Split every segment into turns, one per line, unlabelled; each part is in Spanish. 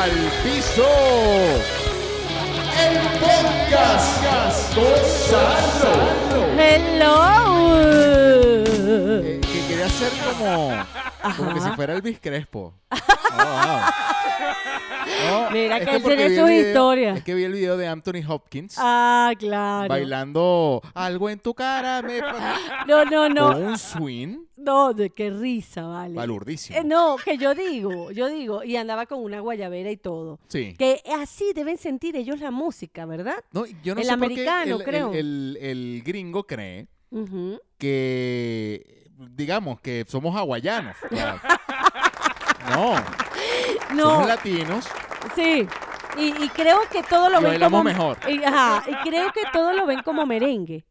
al piso. El podcast con Sandro.
Hello.
Eh, que quería hacer como, como que si fuera Elvis Crespo. No,
Mira
es
que él
Ah, porque
tiene
vi el
sus
video-
historias.
Es que vi el video de Anthony Hopkins
Ah, claro.
bailando algo en tu cara. Me...
No, no,
Con
no.
un swing
No, de qué risa, vale.
balurdísimo.
Eh, no, que yo digo, yo digo, y andaba con una guayabera y todo.
Sí.
Que así deben sentir ellos la música, ¿verdad?
No, yo no
El
sé por qué
americano,
el- el-
creo.
el- el gringo cree
Ujú.
que digamos que somos hawaianos. o sea, no,
No,
somos latinos
sí. Y, y creo que todo lo
y
ven
bailamos
como
mejor.
Y, ajá, y creo que todo lo ven como merengue.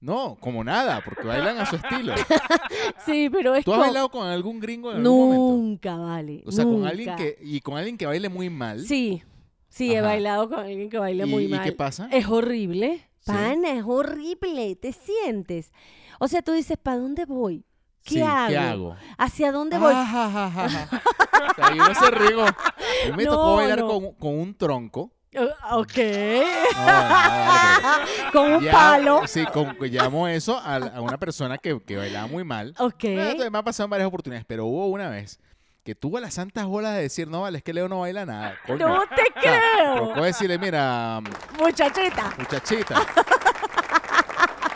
No, como nada, porque bailan a su estilo.
Sí, pero es
¿Tú has
como-
bailado con algún gringo en algún momento?
nunca, vale.
O sea, con
nunca.
alguien que y con alguien que baile muy mal.
Sí, sí, he
Ajá.
bailado con alguien que baila
¿Y-
muy
y
mal. Eh,
qué pasa?
Es horrible.
Sí.
Pana, es horrible. Te sientes. O sea, tú dices, ¿para dónde voy? ¿Qué
Sí,
hago?
¿Qué hago?
¿Hacia dónde voy?
Ah, ja, ja, ja, ja. O sea, y uno se rió. A mí me
No,
tocó bailar
no.
con, con un tronco. Ah,
Eh, Ok.
No, no, no, pero-
con un
Ya-
palo.
Sí, con, llamo eso a, la- a una persona que, que bailaba muy mal.
Ok.
Eh, Me ha pasado en varias oportunidades, pero hubo una vez que tuvo las santas bolas de decir, no, vale, es que Leo no baila nada. coño".
No te
O sea,
creo.
tocó decirle, mira,
Muchachita.
muchachita.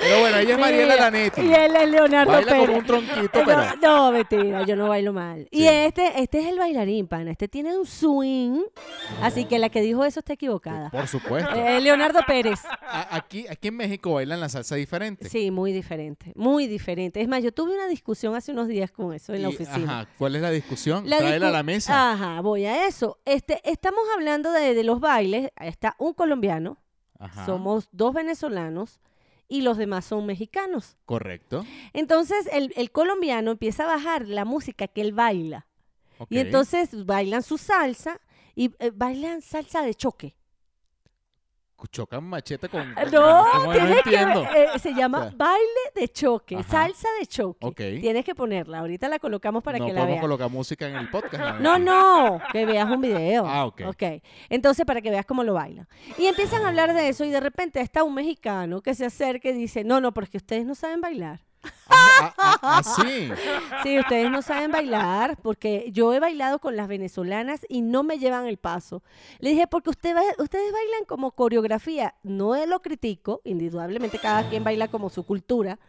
pero bueno, ella es Mariela
Mira,
Lanetti.
Y él es Leonardo
Baila
Pérez.
como un tronquito,
No,
pero...
no, mentira, yo no bailo mal. Y
Sí.
este, este es el bailarín, pana. Este tiene un swing. Así que la que dijo eso está equivocada.
Por supuesto.
Eh, Leonardo Pérez.
A- Aquí, aquí en México bailan la salsa diferente.
Sí, muy diferente. Muy diferente. Es más, yo tuve una discusión hace unos días con eso en la
Y,
oficina.
Ajá, ¿cuál es la discusión?
La
Tráela a
discu- Ah,
la mesa.
Ajá, voy a eso. Este, estamos hablando de, de los bailes. Ahí Está un colombiano,
Ajá,
somos dos venezolanos y los demás son mexicanos.
Correcto.
Entonces, el, el colombiano empieza a bajar la música que él baila.
ok.
Y entonces bailan su salsa y eh, bailan salsa de choque.
chocan machete con.
No,
con- como no
tienes que
Ah, entiendo.
ver, eh, se llama
O sea.
baile de choque,
Ajá.
salsa de choque.
Ok.
Tienes que ponerla. Ahorita la colocamos para
no
que la
podemos
veas.
colocar música en el podcast. la
No,
verdad.
no, que veas un video.
Ah, ok.
Entonces, para que veas cómo lo bailan. Y empiezan a hablar de eso y de repente está un mexicano que se acerca y dice, no, no, porque ustedes no saben bailar.
Ah, ah, ah, Así.
Sí, ustedes no saben bailar porque yo he bailado con las venezolanas y no me llevan el paso. Le dije, porque usted ba- ustedes bailan como coreografía. No lo critico, indudablemente cada quien baila como su cultura,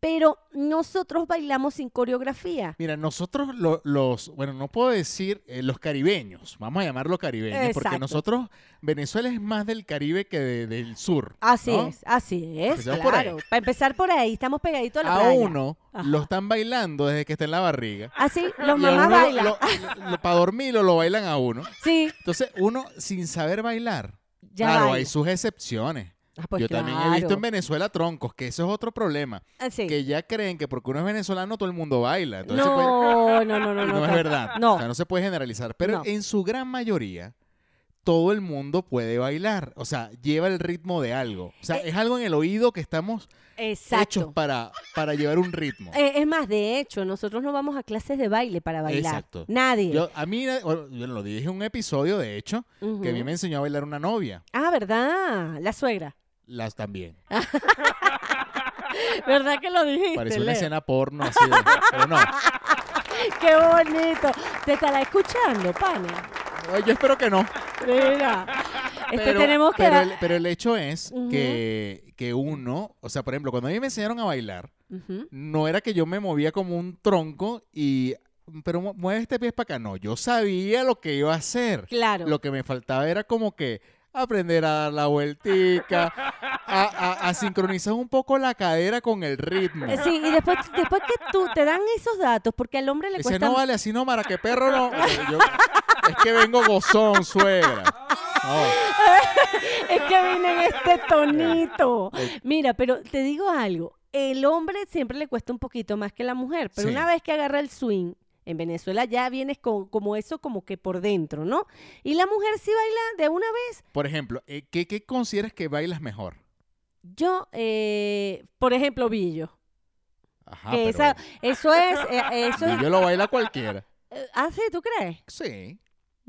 pero nosotros bailamos sin coreografía.
Mira, nosotros lo- los, bueno, no puedo decir eh, los caribeños, vamos a llamarlos caribeños, porque
Exacto.
nosotros, Venezuela es más del Caribe que de- del sur.
Así
¿no?
es, así es.
Empecemos por ahí.
Claro. Para empezar por ahí, estamos pegaditos a la
A
playa.
uno
Ajá.
lo están bailando desde que está en la barriga.
Así, los
y a
mamás
uno
bailan.
para dormirlo lo bailan a uno.
Sí,
Entonces, uno sin saber bailar.
ya
claro,
baila.
hay sus excepciones.
Ah, pues
Yo también he visto en
claro.
Venezuela troncos, que eso es otro problema.
Ah, sí.
que ya creen que porque uno es venezolano todo el mundo baila. Entonces, pues,
No, no, no, no,
y no,
no.
es
tal-
verdad.
No.
O sea, no se puede generalizar. Pero
No.
en su gran mayoría, todo el mundo puede bailar. O sea, lleva el ritmo de algo. O sea, es algo en el oído que estamos
Eh. Exacto.
hechos para, para llevar un ritmo.
Eh, es más, de hecho, nosotros no vamos a clases de baile para bailar.
Exacto.
Nadie.
Yo, a mí, bueno, yo lo dije en un episodio, de hecho,
Ujú.
que a mí me enseñó a bailar una novia.
Ah, ¿verdad? La suegra.
Las también.
¿Verdad que lo dijiste?
Pareció una
Leo?
escena porno así de- Pero no.
¡Qué bonito! Te estará escuchando, pana.
Yo espero que no.
Mira. Este
pero,
tenemos que
pero
dar-
el, pero el hecho es
Ujú.
que, que uno, o sea, por ejemplo, cuando a mí me enseñaron a bailar,
Ujú.
no era que yo me movía como un tronco y, pero mu- mueve este pie para acá. No, yo sabía lo que iba a hacer.
Claro.
Lo que me faltaba era como que aprender a dar la vueltica, a, a- a sincronizar un poco la cadera con el ritmo.
Eh, Sí, y después, después que tú te dan esos datos, porque al hombre le
Dice,
cuesta.
no vale, así no, Mara, que perro no. Yo- es que vengo gozón, suegra. No.
Es que viene en este tonito.
eh,
Mira, pero te digo algo. El hombre siempre le cuesta un poquito más que la mujer, pero
Sí.
una vez que agarra el swing, en Venezuela ya vienes con, como eso, como que por dentro, ¿no? Y la mujer sí baila de una vez.
Por ejemplo, eh, ¿qué, ¿qué consideras que bailas mejor?
Yo, eh, por ejemplo, Billo.
Ajá,
que
Ah, pero
esa- eso es, eh, eso es-
yo lo baila cualquiera.
eh, Ah, sí, ¿tú crees?
Sí.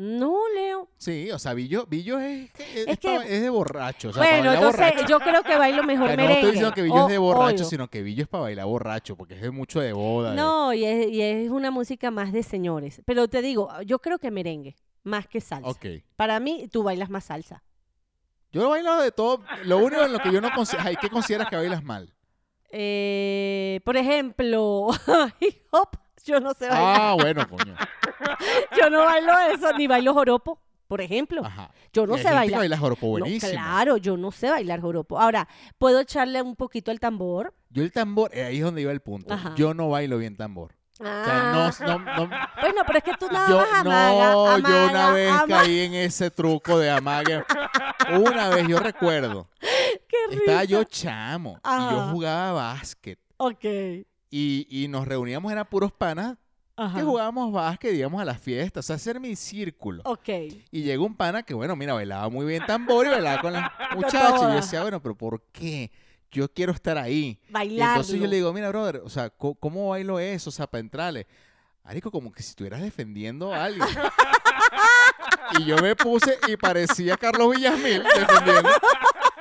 No, Leo.
Sí, o sea, Billo, Billo es, es,
Es que-
pa- es de borracho. O sea,
bueno,
para bailar
entonces
borracho.
yo creo que bailo
O
mejor
sea, no
merengue.
estoy diciendo que Billo
O-
es de borracho,
obvio.
sino que Billo es para bailar borracho, porque es de mucho de boda. de-
No, y es, y es una música más de señores. Pero te digo, yo creo que merengue, más que salsa.
Ok.
Para mí, tú bailas más salsa.
Yo he bailado de todo. Lo único en lo que yo no considero. Ay, ¿qué consideras que bailas mal?
Eh, por ejemplo, hip hop, yo no sé bailar.
Ah, bueno, coño. Ah.
Yo no bailo eso, ni bailo joropo, por ejemplo.
Ajá.
Yo no
Ah. Y hay
sé
gente
bailar.
que baila joropo
No,
buenísimo.
claro, yo no sé bailar joropo. Ahora, puedo echarle un poquito al tambor.
Yo el tambor, eh, ahí es donde iba el punto.
Ajá.
Yo no bailo bien tambor. O
Ah.
sea, no, no, no-
Bueno, pero es que tú nada
yo,
más amaga,
no, yo una
amaga,
vez
ama-
caí en ese truco de amague. Una vez, yo recuerdo.
Qué
Estaba
risa.
yo chamo y yo
Ajá.
jugaba básquet.
Ok.
Y, y nos reuníamos, eran puros panas
Ajá.
que jugábamos básquet, íbamos a las fiestas, o sea, hacer mi círculo.
Ok.
Y llegó un pana que, bueno, mira, bailaba muy bien tambor y bailaba con las muchachas. Y yo
todas.
decía, bueno, pero ¿por qué? Yo quiero estar ahí. Y
Bailar.
entonces yo le digo, mira, brother, o sea, co- ¿cómo bailo eso? O sea, para entrarle. Arico, como que si estuvieras defendiendo a alguien. y yo me puse y parecía Carlos Villamil defendiendo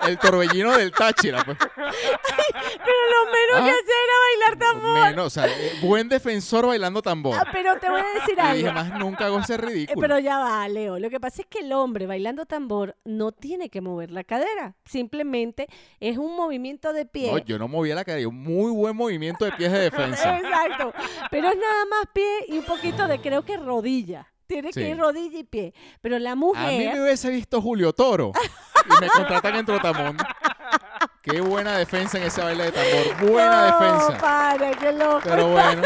el torbellino del Táchira, pues.
Pero lo menos que
Ah.
hacía era bailar tambor.
Menos, o sea, eh, buen defensor bailando tambor.
Ah, pero te voy a decir
Y
algo.
dije, más nunca hago ese
Eh,
ridículo.
Pero ya va, Leo. Lo que pasa es que el hombre bailando tambor no tiene que mover la cadera. Simplemente es un movimiento de pie.
No, yo no movía la cadera. yo, Muy buen movimiento de pies de defensa.
Exacto. Pero es nada más pie y un poquito de, creo que rodilla. Tiene
Sí.
que ir rodilla y pie. Pero la
A mí me
mujer.
hubiese visto Julio Toro. Y me contratan en Trotamundo. Qué buena defensa en ese baile de tambor. Buena
No,
defensa.
Para, qué loco.
Pero bueno.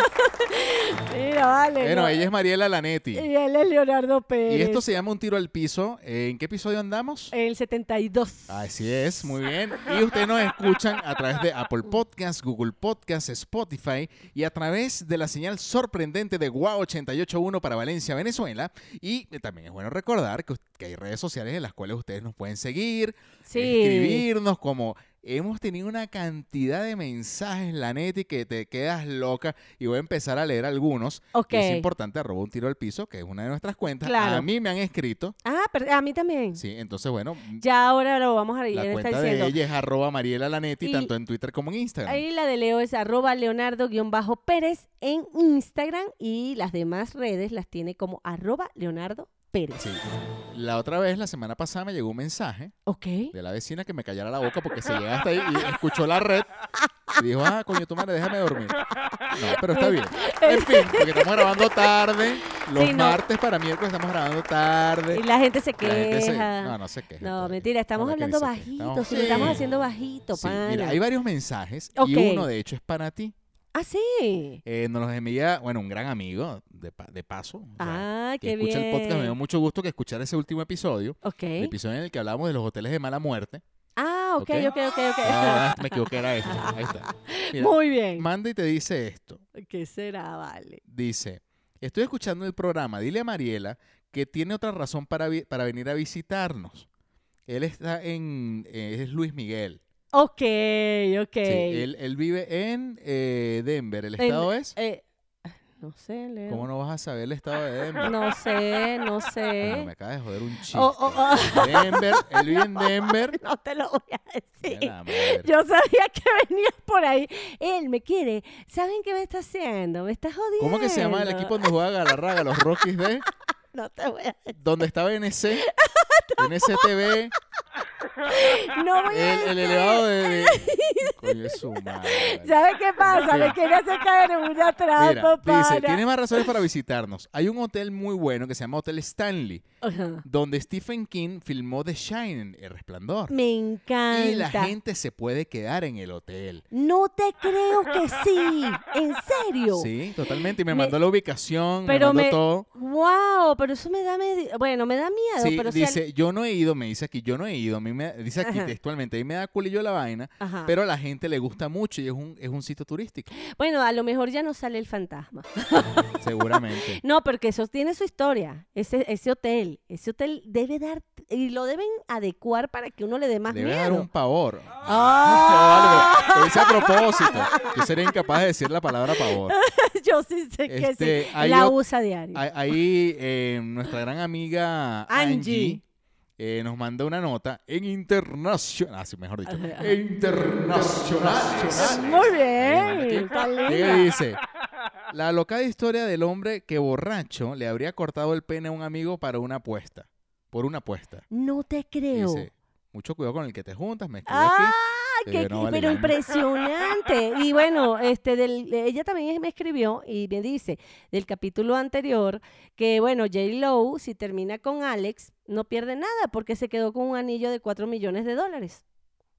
Mira, vale.
Bueno,
no.
ella es Mariela Lanetti.
Y él es Leonardo Pérez.
Y esto se llama Un tiro al piso. Eh, ¿En qué episodio andamos?
El 72.
Así es, muy bien. Y ustedes nos escuchan a través de Apple Podcasts, Google Podcasts, Spotify y a través de la señal sorprendente de Guau 881 para Valencia, Venezuela. Y eh, también es bueno recordar que, us- que hay redes sociales en las cuales ustedes nos pueden seguir,
Sí.
escribirnos, como hemos tenido una cantidad de mensajes, la neta, y que te quedas loca. Y voy a empezar a leer algunos.
Ok.
que Es importante, arroba un tiro al piso, que es una de nuestras cuentas.
Claro.
A mí me han escrito.
Ah, pero a mí también.
Sí, entonces bueno,
Ya ahora lo vamos a ir
la
está
cuenta
diciendo.
de ella es arroba Mariela Lanetti,
Y-
tanto en Twitter como en Instagram.
Ahí la de Leo es arroba leonardo-pérez en Instagram y las demás redes las tiene como arroba leonardo pérez.
Sí. La otra vez, la semana pasada, me llegó un mensaje
¿Ok?
de la vecina que me callara la boca porque se llega hasta ahí y escuchó la red. Y dijo, ah, coño, tu madre, déjame dormir. No, pero está bien. En fin, porque estamos grabando tarde. Los
Sí, no.
martes para miércoles estamos grabando tarde.
Y la gente se
La gente se-
queja.
No, no se queja.
No,
está bien.
mentira, estamos
Ahora que
hablando
dice que
bajito,
estamos-
si lo estamos
Sí.
haciendo bajito,
Sí, mira,
pana.
hay varios mensajes
Ok.
y uno de hecho es para ti.
Ah, sí.
Eh, nos los envía, bueno, un gran amigo, de, pa- de paso. o sea,
Ah,
que
qué bien.
escucha el podcast, me dio mucho gusto que escuchar ese último episodio, el
Ok.
episodio en el que hablamos de los hoteles de mala muerte.
Ah, ok,
Ok.
ok, ok, ok.
Ah, me equivoqué, era este. Ahí está. Mira,
Muy bien.
manda y te dice esto.
¿Qué será, vale?
Dice, estoy escuchando el programa, dile a Mariela que tiene otra razón para, vi- para venir a visitarnos. Él está en, eh, es Luis Miguel.
Ok, ok.
Sí, él, él vive en eh, Denver. ¿El
En-
estado es?
Eh, no sé, Leo.
¿Cómo no vas a saber el estado de Denver?
No sé, no
Bueno,
sé.
me acaba de joder un chiste.
Oh, oh, oh.
Denver, él vive en Denver.
No te lo voy a decir.
Mira la madre.
Yo sabía que venías por ahí. Él me quiere. ¿Saben qué me está haciendo? Me está jodiendo.
¿Cómo que se llama el equipo donde juega Galarraga? Los Rockies de
No te voy a...
donde está BNC, NCTV,
No voy
el,
a
el
decir.
elevado de. de- Coño, es su madre.
¿Sabes qué pasa?
Sí.
Me quería hacer caer en una trampa,
Mira, dice,
pana.
tiene más razones para visitarnos. Hay un hotel muy bueno que se llama Hotel Stanley,
Ajá.
donde Stephen King filmó The Shining, El Resplandor.
Me encanta.
Y la gente se puede quedar en el hotel.
No te creo que sí. ¿En serio?
Sí, totalmente. Y me,
Me-
mandó la ubicación,
Pero
me mandó
me-
todo.
Wow, pero eso me da medi- bueno, me da miedo,
Sí,
Ah, pero si al-
dice, yo no he ido, me dice aquí, yo no he ido. A mí me dice aquí
Ajá. Ah.
textualmente, ahí me da culillo la vaina,
Ajá.
pero a la gente le gusta mucho y es un, es un sitio turístico,
Bueno, a lo mejor ya no sale el fantasma.
seguramente.
No, porque eso tiene su historia. Ese, ese hotel, ese hotel debe dar y lo deben adecuar para que uno le dé más
Debe
miedo.
dar un pavor.
Ah,
No, vale, lo hice a propósito. Yo sería incapaz de decir la palabra pavor.
yo sí sé que sí.
Este, hay
La
ot-
usa diario.
Hay, hay, eh, eh, nuestra gran amiga Angie,
Angie.
eh, nos manda una nota en internacional, así mejor dicho, internacional.
Muy
Ahí,
bien. tan
Llega
linda.
y dice, la locada historia del hombre que borracho le habría cortado el pene a un amigo para una apuesta, por una apuesta.
No te creo.
Dice, mucho cuidado con el que te juntas, me escribe
¡Ah!
aquí.
qué-
Pero
qué-
no vale
pero
la-
impresionante. Y bueno, este del, ella también me escribió y me dice del capítulo anterior que, bueno, J. Lowe, si termina con Alex, no pierde nada porque se quedó con un anillo de 4 millones de dólares.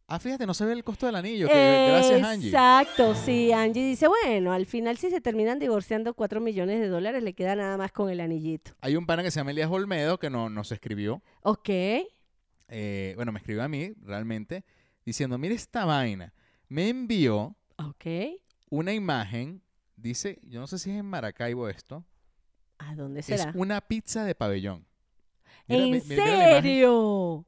Ah, fíjate, no se ve el costo del anillo. que- gracias, Angie.
Exacto, sí. Angie dice, bueno, al final si se terminan divorciando 4 millones de dólares, le queda nada más con el anillito.
Hay un pana que se llama Elías Olmedo que no, nos escribió.
Ok.
eh, bueno, me escribió a mí realmente diciendo, mire esta vaina. Me envió
Ok.
una imagen, dice, yo no sé si es en Maracaibo esto,
¿A dónde será?
es una pizza de pabellón. Mira,
¿En
mi- mira la imagen.
serio?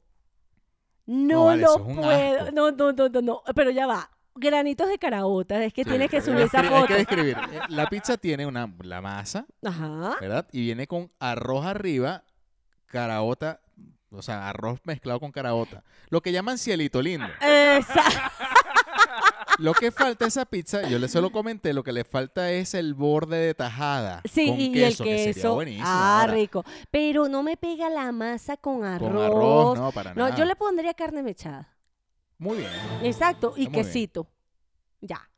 No
No, vale,
lo
eso es un
puedo.
asco.
No, no, no, no, no. Pero ya va. Granitos de caraotas. Es que
Sí,
tienes que
hay
subir esa
escri- Hay
foto.
que describir. Eh, La pizza tiene una, la masa,
Ajá.
¿verdad? Y viene con arroz arriba, caraota, o sea, arroz mezclado con caraota. Lo que llaman cielito lindo.
Esa-
Lo que falta a esa pizza, yo le se lo comenté, lo que le falta es el borde de tajada.
Sí,
con
y
queso,
el
que
queso.
sería buenísimo.
ah,
ahora.
rico. Pero no me pega la masa con arroz.
Con arroz, no, para
No,
nada.
yo le pondría carne mechada.
Muy bien.
Exacto. Y
Está muy bien.
quesito. Ya.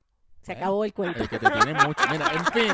Se
Bueno,
acabó el cuento.
El que te tiene mucho. Mira, en fin,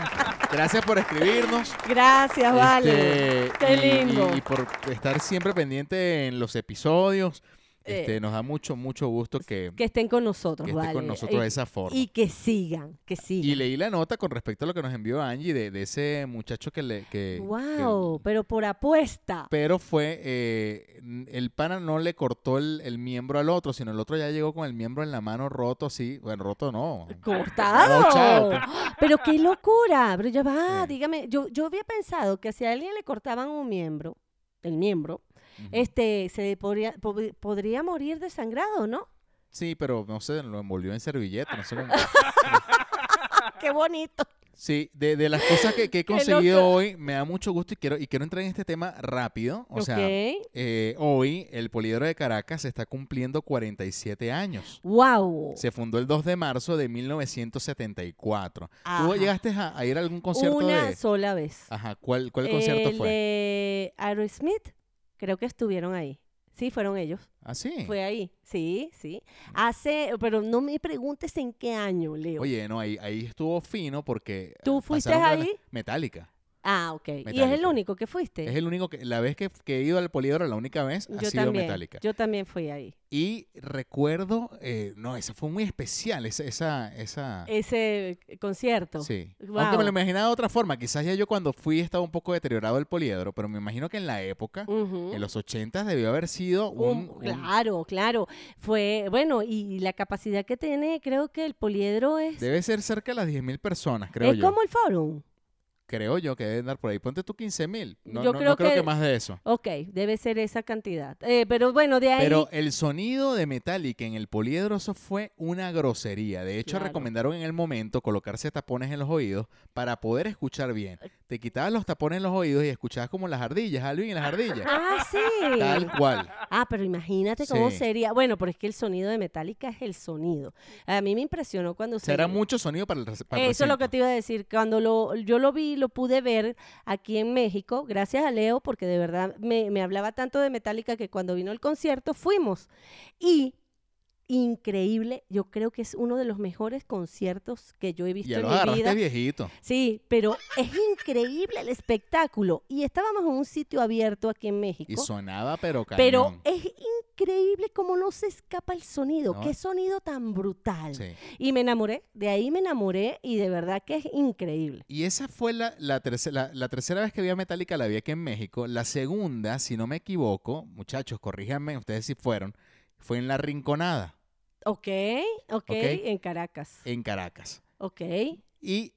gracias por escribirnos.
Gracias, Ah, vale.
Este,
Qué
y- y-
lindo.
Y, por estar siempre pendiente en los episodios.
Eh.
Este, nos da mucho, mucho gusto que,
Que estén con nosotros,
que esté
vale.
con nosotros de
y,
esa forma.
y que sigan, que sigan.
Y leí la nota con respecto a lo que nos envió Angie de, de ese muchacho que le. Que, que-
Wow, pero por apuesta.
pero fue. eh, n- el pana no le cortó el, el miembro al otro, sino el otro ya llegó con el miembro en la mano roto, así. Bueno, roto no.
Cortado.
No, chao.
Pero qué locura. Pero ya va,
Sí.
dígame. Yo, yo había pensado que si a alguien le cortaban un miembro, el miembro,
Ujú.
este, se podría, pod- podría morir desangrado, ¿no?
Sí, pero no sé, lo envolvió en servilleta, no sé cómo.
Ah, Qué bonito.
Sí, de, de las cosas que, que he
Qué
conseguido
loca.
hoy, me da mucho gusto y quiero, y quiero entrar en este tema rápido. O sea,
ok.
eh, hoy el Poliedro de Caracas está cumpliendo 47 años.
Wow.
Se fundó el 2 de marzo de 1974. ¿Tú
Ajá.
llegaste a, a ir a algún concierto
Una
de...?
sola vez.
Ajá, ¿cuál, cuál concierto
el
fue?
de Aerosmith, creo que estuvieron ahí. Sí, fueron ellos.
Ah, sí.
Fue ahí, sí, sí. Hace, pero no me preguntes en qué año, Leo.
Oye, no, ahí, ahí estuvo fino porque...
¿Tú
ah,
fuiste
pasaron grandes-
ahí?
Metallica.
ah, ok. ¿Y es el
Metallica.
único que fuiste?
Es el único que... La vez que, que he ido al Poliedro, la única vez, ha
yo
sido
también.
Metallica.
Yo también fui ahí.
Y recuerdo, eh, no, esa fue muy especial, esa, esa, esa-
Ese eh, concierto.
Ah. sí. Aunque
Guau.
me lo imaginaba de otra forma, quizás ya yo cuando fui estaba un poco deteriorado el poliedro, pero me imagino que en la época,
Ujú.
en los 80 debió haber sido un,
Un-
un-
claro, claro. Fue, bueno, y la capacidad que tiene, creo que el poliedro es.
debe ser cerca de las 10.000 personas, creo
Es
yo.
como el forum.
Creo yo que deben dar por ahí. Ponte tú 15.000. No, no-
Yo
no
creo
creo que...
que-
más de eso.
Ok, debe ser esa cantidad. Eh, pero bueno, de ahí.
Pero el sonido de Metallica en el poliedro, eso fue una grosería. De hecho,
Claro.
recomendaron en el momento colocarse tapones en los oídos para poder escuchar bien. Te quitabas los tapones en los oídos y escuchabas como las ardillas, Alvin y las ardillas.
Ah, sí.
Tal cual.
Ah, pero imagínate cómo
Sí.
sería. Bueno, pero es que el sonido de Metallica es el sonido. A mí me impresionó cuando
O sea, era mucho sonido para el rec- para el
Eso es lo que
recinto.
te iba a decir. Cuando lo, yo lo vi, lo pude ver aquí en México, gracias a Leo, porque de verdad me, me hablaba tanto de Metallica que cuando vino el concierto fuimos. Y increíble, yo creo que es uno de los mejores conciertos que yo he visto
Ya
en
lo
mi
agarraste
vida.
viejito.
Sí, pero es increíble el espectáculo. Y estábamos en un sitio abierto aquí en México.
Y sonaba, pero cañón.
Pero es increíble cómo no se escapa el sonido.
No.
Qué sonido tan brutal.
Sí.
Y me enamoré, de ahí me enamoré y de verdad que es increíble.
Y esa fue la, la, terce- la- la tercera vez que vi a Metallica, la vi aquí en México. La segunda, si no me equivoco, muchachos, corríjanme ustedes si fueron, fue en La Rinconada,
Ok, ok,
Ok. Eh.
en Caracas.
en Caracas.
Ok.
Y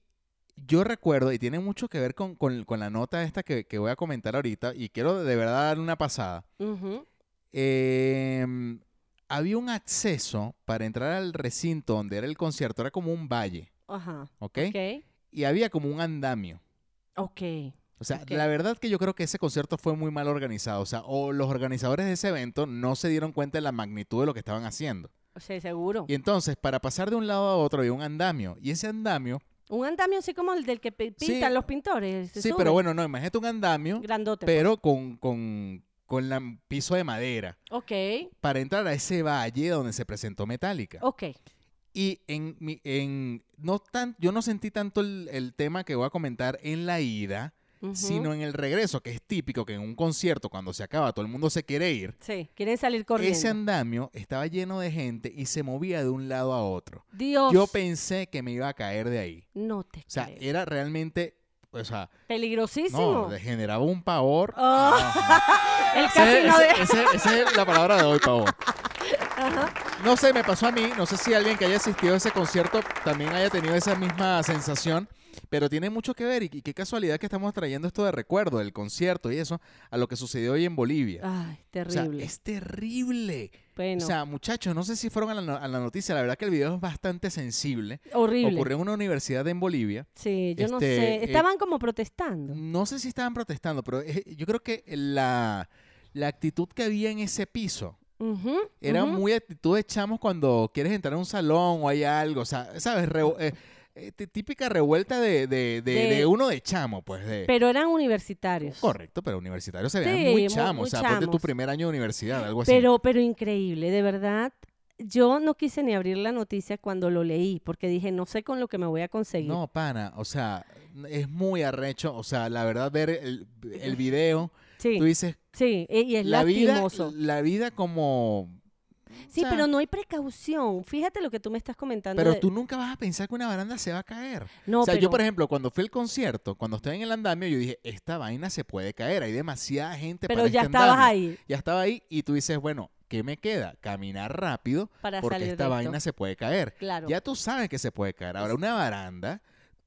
yo recuerdo, y tiene mucho que ver con, con- con la nota esta que, que voy a comentar ahorita, y quiero de verdad dar una pasada.
ujú.
Em, había un acceso para entrar al recinto donde era el concierto, era como un valle,
Ajá.
¿ok?
Ok.
Y había como un andamio.
Ok.
O sea,
Ok.
la verdad que yo creo que ese concierto fue muy mal organizado. O sea, o los organizadores de ese evento no se dieron cuenta de la magnitud de lo que estaban haciendo.
O sea, seguro.
Y entonces, para pasar de un lado a otro, había un andamio. Y ese andamio.
Un andamio así como el del que pi- pintan
Sí.
los pintores. se
Sí,
sube.
pero bueno, no, imagínate un andamio,
Grandote.
pero con, con, con la piso de madera.
ok,
Para entrar a ese valle donde se presentó Metallica.
ok.
Y en, mi- en no tan, yo no sentí tanto el, el tema que voy a comentar en la ida,
ujú.
sino en el regreso, que es típico que en un concierto, cuando se acaba, todo el mundo se quiere ir.
Sí, quieren salir corriendo.
Ese andamio estaba lleno de gente y se movía de un lado a otro.
Dios,
Yo pensé que me iba a caer de ahí.
no te
O sea,
creo.
era realmente, o sea,
Peligrosísimo.
no, le generaba un pavor.
Oh,
Ajá.
el
Ese-
casino de...
ese- ese- Esa es la palabra de hoy, pavor. No sé, me pasó a mí, no sé si alguien que haya asistido a ese concierto también haya tenido esa misma sensación, pero tiene mucho que ver y, y qué casualidad que estamos trayendo esto de recuerdo del concierto y eso a lo que sucedió hoy en Bolivia.
Ay,
O sea,
Ah, terrible.
es terrible.
bueno,
O sea, muchachos, no sé si fueron a la, no- a la noticia, la verdad que el video es bastante sensible.
horrible.
Ocurrió en una universidad en Bolivia.
Sí, yo no
este,
sé.
eh,
Estaban como protestando.
No sé si estaban protestando, pero eh, yo creo que la, la actitud que había en ese piso
Ujú,
era
ujú.
muy actitud de chamos cuando quieres entrar a un salón o hay algo, o sea, ¿sabes? Revo- eh, eh, t- típica revuelta de, de- de-
De-
de uno de chamo, pues de...
Pero eran universitarios.
Correcto, pero universitarios se veían
Sí, muy-
muy chamos,
muy
o sea, ponte tu
chamos.
primer año de universidad, algo así.
Pero, pero increíble, de verdad. Yo no quise ni abrir la noticia cuando lo leí, porque dije, no sé con lo que me voy a conseguir.
No, pana, o sea, es muy arrecho, o sea, la verdad, ver el, el video,
sí,
tú dices,
sí, e- y es
la vida,
lastimoso.
la vida como... o
sí,
sea,
pero no hay precaución. Fíjate lo que tú me estás comentando.
Pero
de-
tú nunca vas a pensar que una baranda se va a caer.
no,
o sea,
pero-
yo, por ejemplo, cuando fui al concierto, cuando estoy en el andamio, yo dije, esta vaina se puede caer, hay demasiada gente
pero
para
ya
este
estabas
andamio".
ahí
Ya estaba ahí y tú dices, bueno, ¿qué me queda? Caminar rápido
para
porque
salir de
esta
esto.
vaina se puede caer.
Claro.
Ya tú sabes que se puede caer. Ahora, una baranda,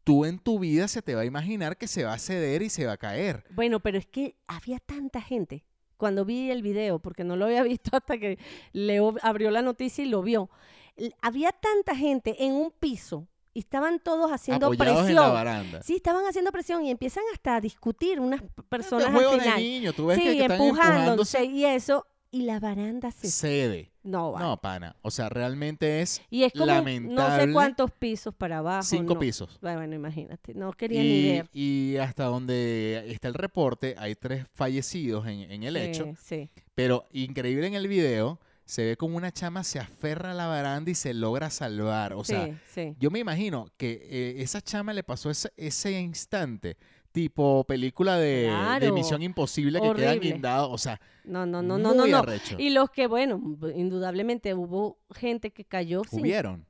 tú en tu vida se te va a imaginar que se va a ceder y se va a caer.
Bueno, pero es que había tanta gente cuando vi el video, porque no lo había visto hasta que Leo abrió la noticia y lo vio. L- Había tanta gente en un piso y estaban todos haciendo
apoyados en la
presión.
baranda.
Sí, estaban haciendo presión y empiezan hasta a discutir unas p-
Este
personas al
juego de
final.
niño, tú ves
sí,
que, que están
empujándose
empujándose.
y eso. Y la baranda se...
Cede.
No, va.
No, pana. O sea, realmente es
y es como un- no sé
lamentable.
cuántos pisos para abajo.
cinco
no.
pisos.
Bueno, imagínate. No quería ni
Y,
ver.
y hasta donde está el reporte, hay tres fallecidos en, en el hecho.
Sí, sí.
Pero increíble en el video, se ve como una chama se aferra a la baranda y se logra salvar. O sea,
sí, sí.
yo me imagino que eh, esa chama le pasó ese, ese instante, tipo película de, de
Claro.
Misión Imposible que quedan
Horrible.
guindados. O sea,
No, no, no, no, no,
muy
no.
arrecho.
Y los que, bueno, b- indudablemente hubo gente que cayó sin...
Hubieron.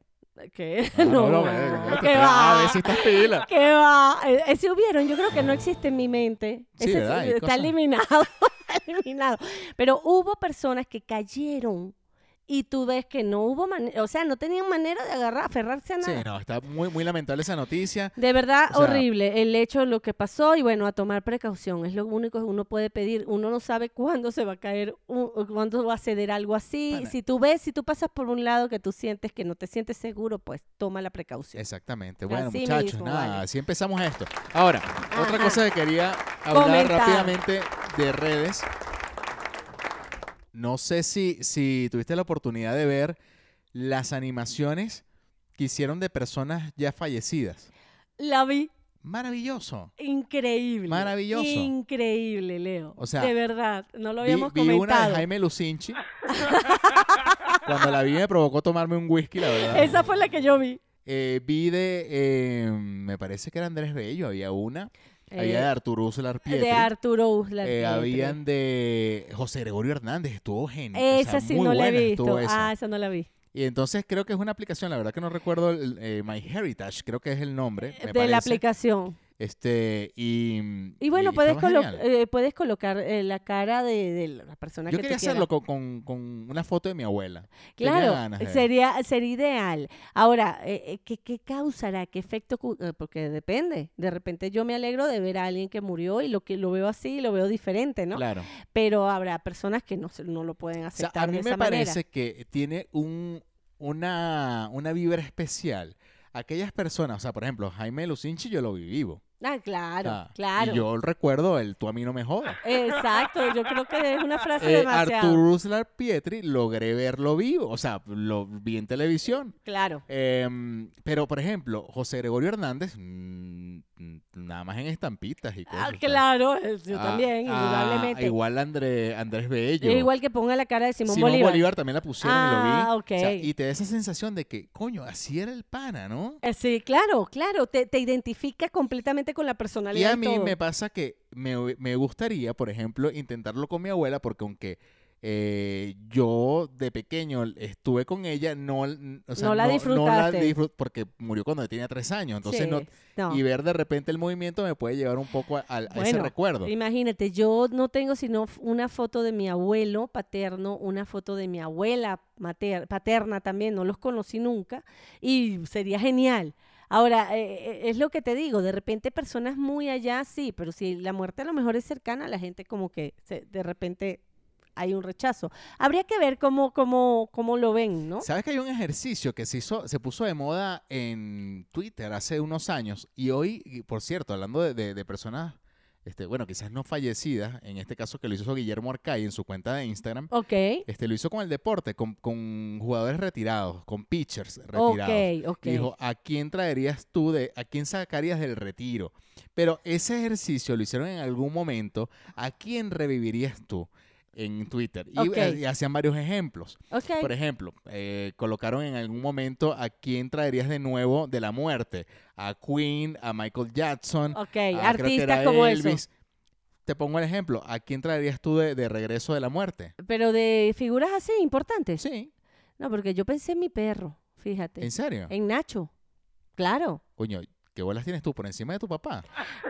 ¿Qué?
Ah,
no,
no, no,
¿qué
A ver
va?
si estás pila.
¿Qué va? Eh, eh, si hubieron, yo creo que no existe en mi mente.
Sí,
Ese-
¿verdad? Hay
está
cosas.
eliminado, está eliminado. Pero hubo personas que cayeron y tú ves que no hubo manera, o sea, no tenían manera de agarrar, aferrarse a
Sí,
nada.
no, está muy, muy lamentable esa noticia.
De verdad,
O sea-
horrible el hecho de lo que pasó y bueno, a tomar precaución, es lo único que uno puede pedir. Uno no sabe cuándo se va a caer, u- o cuándo va a ceder algo así.
Pana.
Si tú ves, si tú pasas por un lado que tú sientes que no te sientes seguro, pues toma la precaución.
Exactamente. Bueno,
Así
muchachos,
mismo,
nada,
vale.
así empezamos esto. Ahora, otra
Ajá.
cosa que quería hablar
Comentar.
rápidamente de redes. No sé si, si tuviste la oportunidad de ver las animaciones que hicieron de personas ya fallecidas.
La vi
Maravilloso.
increíble.
Maravilloso.
Increíble, Leo.
O sea,
de verdad, no lo
Vi,
habíamos
vi una de
comentado.
Jaime Lucinchi. Cuando la vi me provocó tomarme un whisky, la verdad.
Esa fue la que yo vi.
Eh, vi de, eh, me parece que era Andrés Bello, había una. había
Eh,
de Arturo Ursula Pietri.
de Arturo Uslar.
Eh,
Pietri.
habían de José Gregorio Hernández, estuvo genial.
Esa sí no la he visto. Ah,
Esa.
esa no la vi.
Y entonces creo que es una aplicación, la verdad que no recuerdo el, eh, My Heritage, creo que es el nombre. me
Eh, de
parece.
la aplicación.
Este, y,
Y bueno, puedes,
estaba
colo-
genial.
eh, puedes colocar eh, la cara de, de la persona
Yo
que tú
quería hacerlo
quieras.
con, con- con una foto de mi abuela. tenía
Claro,
ganas de-
sería, sería ideal. Ahora, eh, eh, ¿qué, qué causará? ¿Qué efecto? cu- eh, Porque depende. De repente yo me alegro de ver a alguien que murió y lo que lo veo así, lo veo diferente, ¿no?
Claro.
Pero habrá personas que no, se- no lo pueden
O sea,
aceptar
a mí
de
me
esa
parece
manera.
que tiene un, una, una vibra especial. Aquellas personas, o sea, por ejemplo, Jaime Lucinchi yo lo vi vivo.
Ah, claro,
Ah,
claro.
Y yo recuerdo el tú a mí no me jodas.
Exacto, yo creo que es una frase
Eh,
demasiado.
Arturo Uslar Pietri logré verlo vivo, o sea, lo vi en televisión.
Claro.
Em, pero, por ejemplo, José Gregorio Hernández, mm, mm, nada más en estampitas y cosas.
Ah,
¿sabes?
claro, eh, yo
Ah,
también,
ah,
indudablemente.
igual André- Andrés Bello.
Es igual que ponga la cara de Simón,
Simón
Bolívar.
Bolívar. también la pusieron y
Ah,
lo vi. O sea,
ok.
y te da esa sensación de que, coño, así era el pana, ¿no?
Eh, sí, claro, claro. Te, te identifica completamente con la
Y
personalidad.
a mí
todo.
me pasa que me, me gustaría, por ejemplo, intentarlo con mi abuela, porque aunque eh, yo de pequeño estuve con ella, no, o sea,
No la disfrutaste.
disfrut- porque murió cuando tenía tres años. Entonces,
Sí,
no,
no.
y ver de repente el movimiento me puede llevar un poco a, a- a ese
Bueno,
recuerdo.
Imagínate, yo no tengo sino f- una foto de mi abuelo paterno, una foto de mi abuela mater- paterna también, no los conocí nunca y sería genial. Ahora, eh, eh, es lo que te digo, de repente personas muy allá sí, pero si la muerte a lo mejor es cercana, la gente como que se- de repente hay un rechazo. Habría que ver cómo, cómo, cómo lo ven, ¿no?
¿Sabes que hay un ejercicio que se hizo, se puso de moda en Twitter hace unos años? Y hoy, y por cierto, hablando de, de- de personas, este, bueno, quizás no fallecidas, en este caso que lo hizo Guillermo Arcay en su cuenta de Instagram,
Ok,
este, lo hizo con el deporte, con, con jugadores retirados, con pitchers retirados.
ok, ok.
Y dijo, ¿a quién traerías tú de, a quién sacarías del retiro? Pero ese ejercicio lo hicieron en algún momento, ¿a quién revivirías tú? En Twitter. Y,
Ok.
eh, y hacían varios ejemplos.
Ok,
Por ejemplo, eh, colocaron en algún momento a quién traerías de nuevo de la muerte. A Queen, a Michael Jackson,
ok,
a ah, creo que
artistas
era
como eso.
Elvis. Te pongo el ejemplo. ¿A quién traerías tú de, de regreso de la muerte?
Pero de figuras así importantes.
Sí,
No, porque yo pensé en mi perro, fíjate.
en serio.
En Nacho. Claro.
Coño, ¿qué bolas tienes tú por encima de tu papá?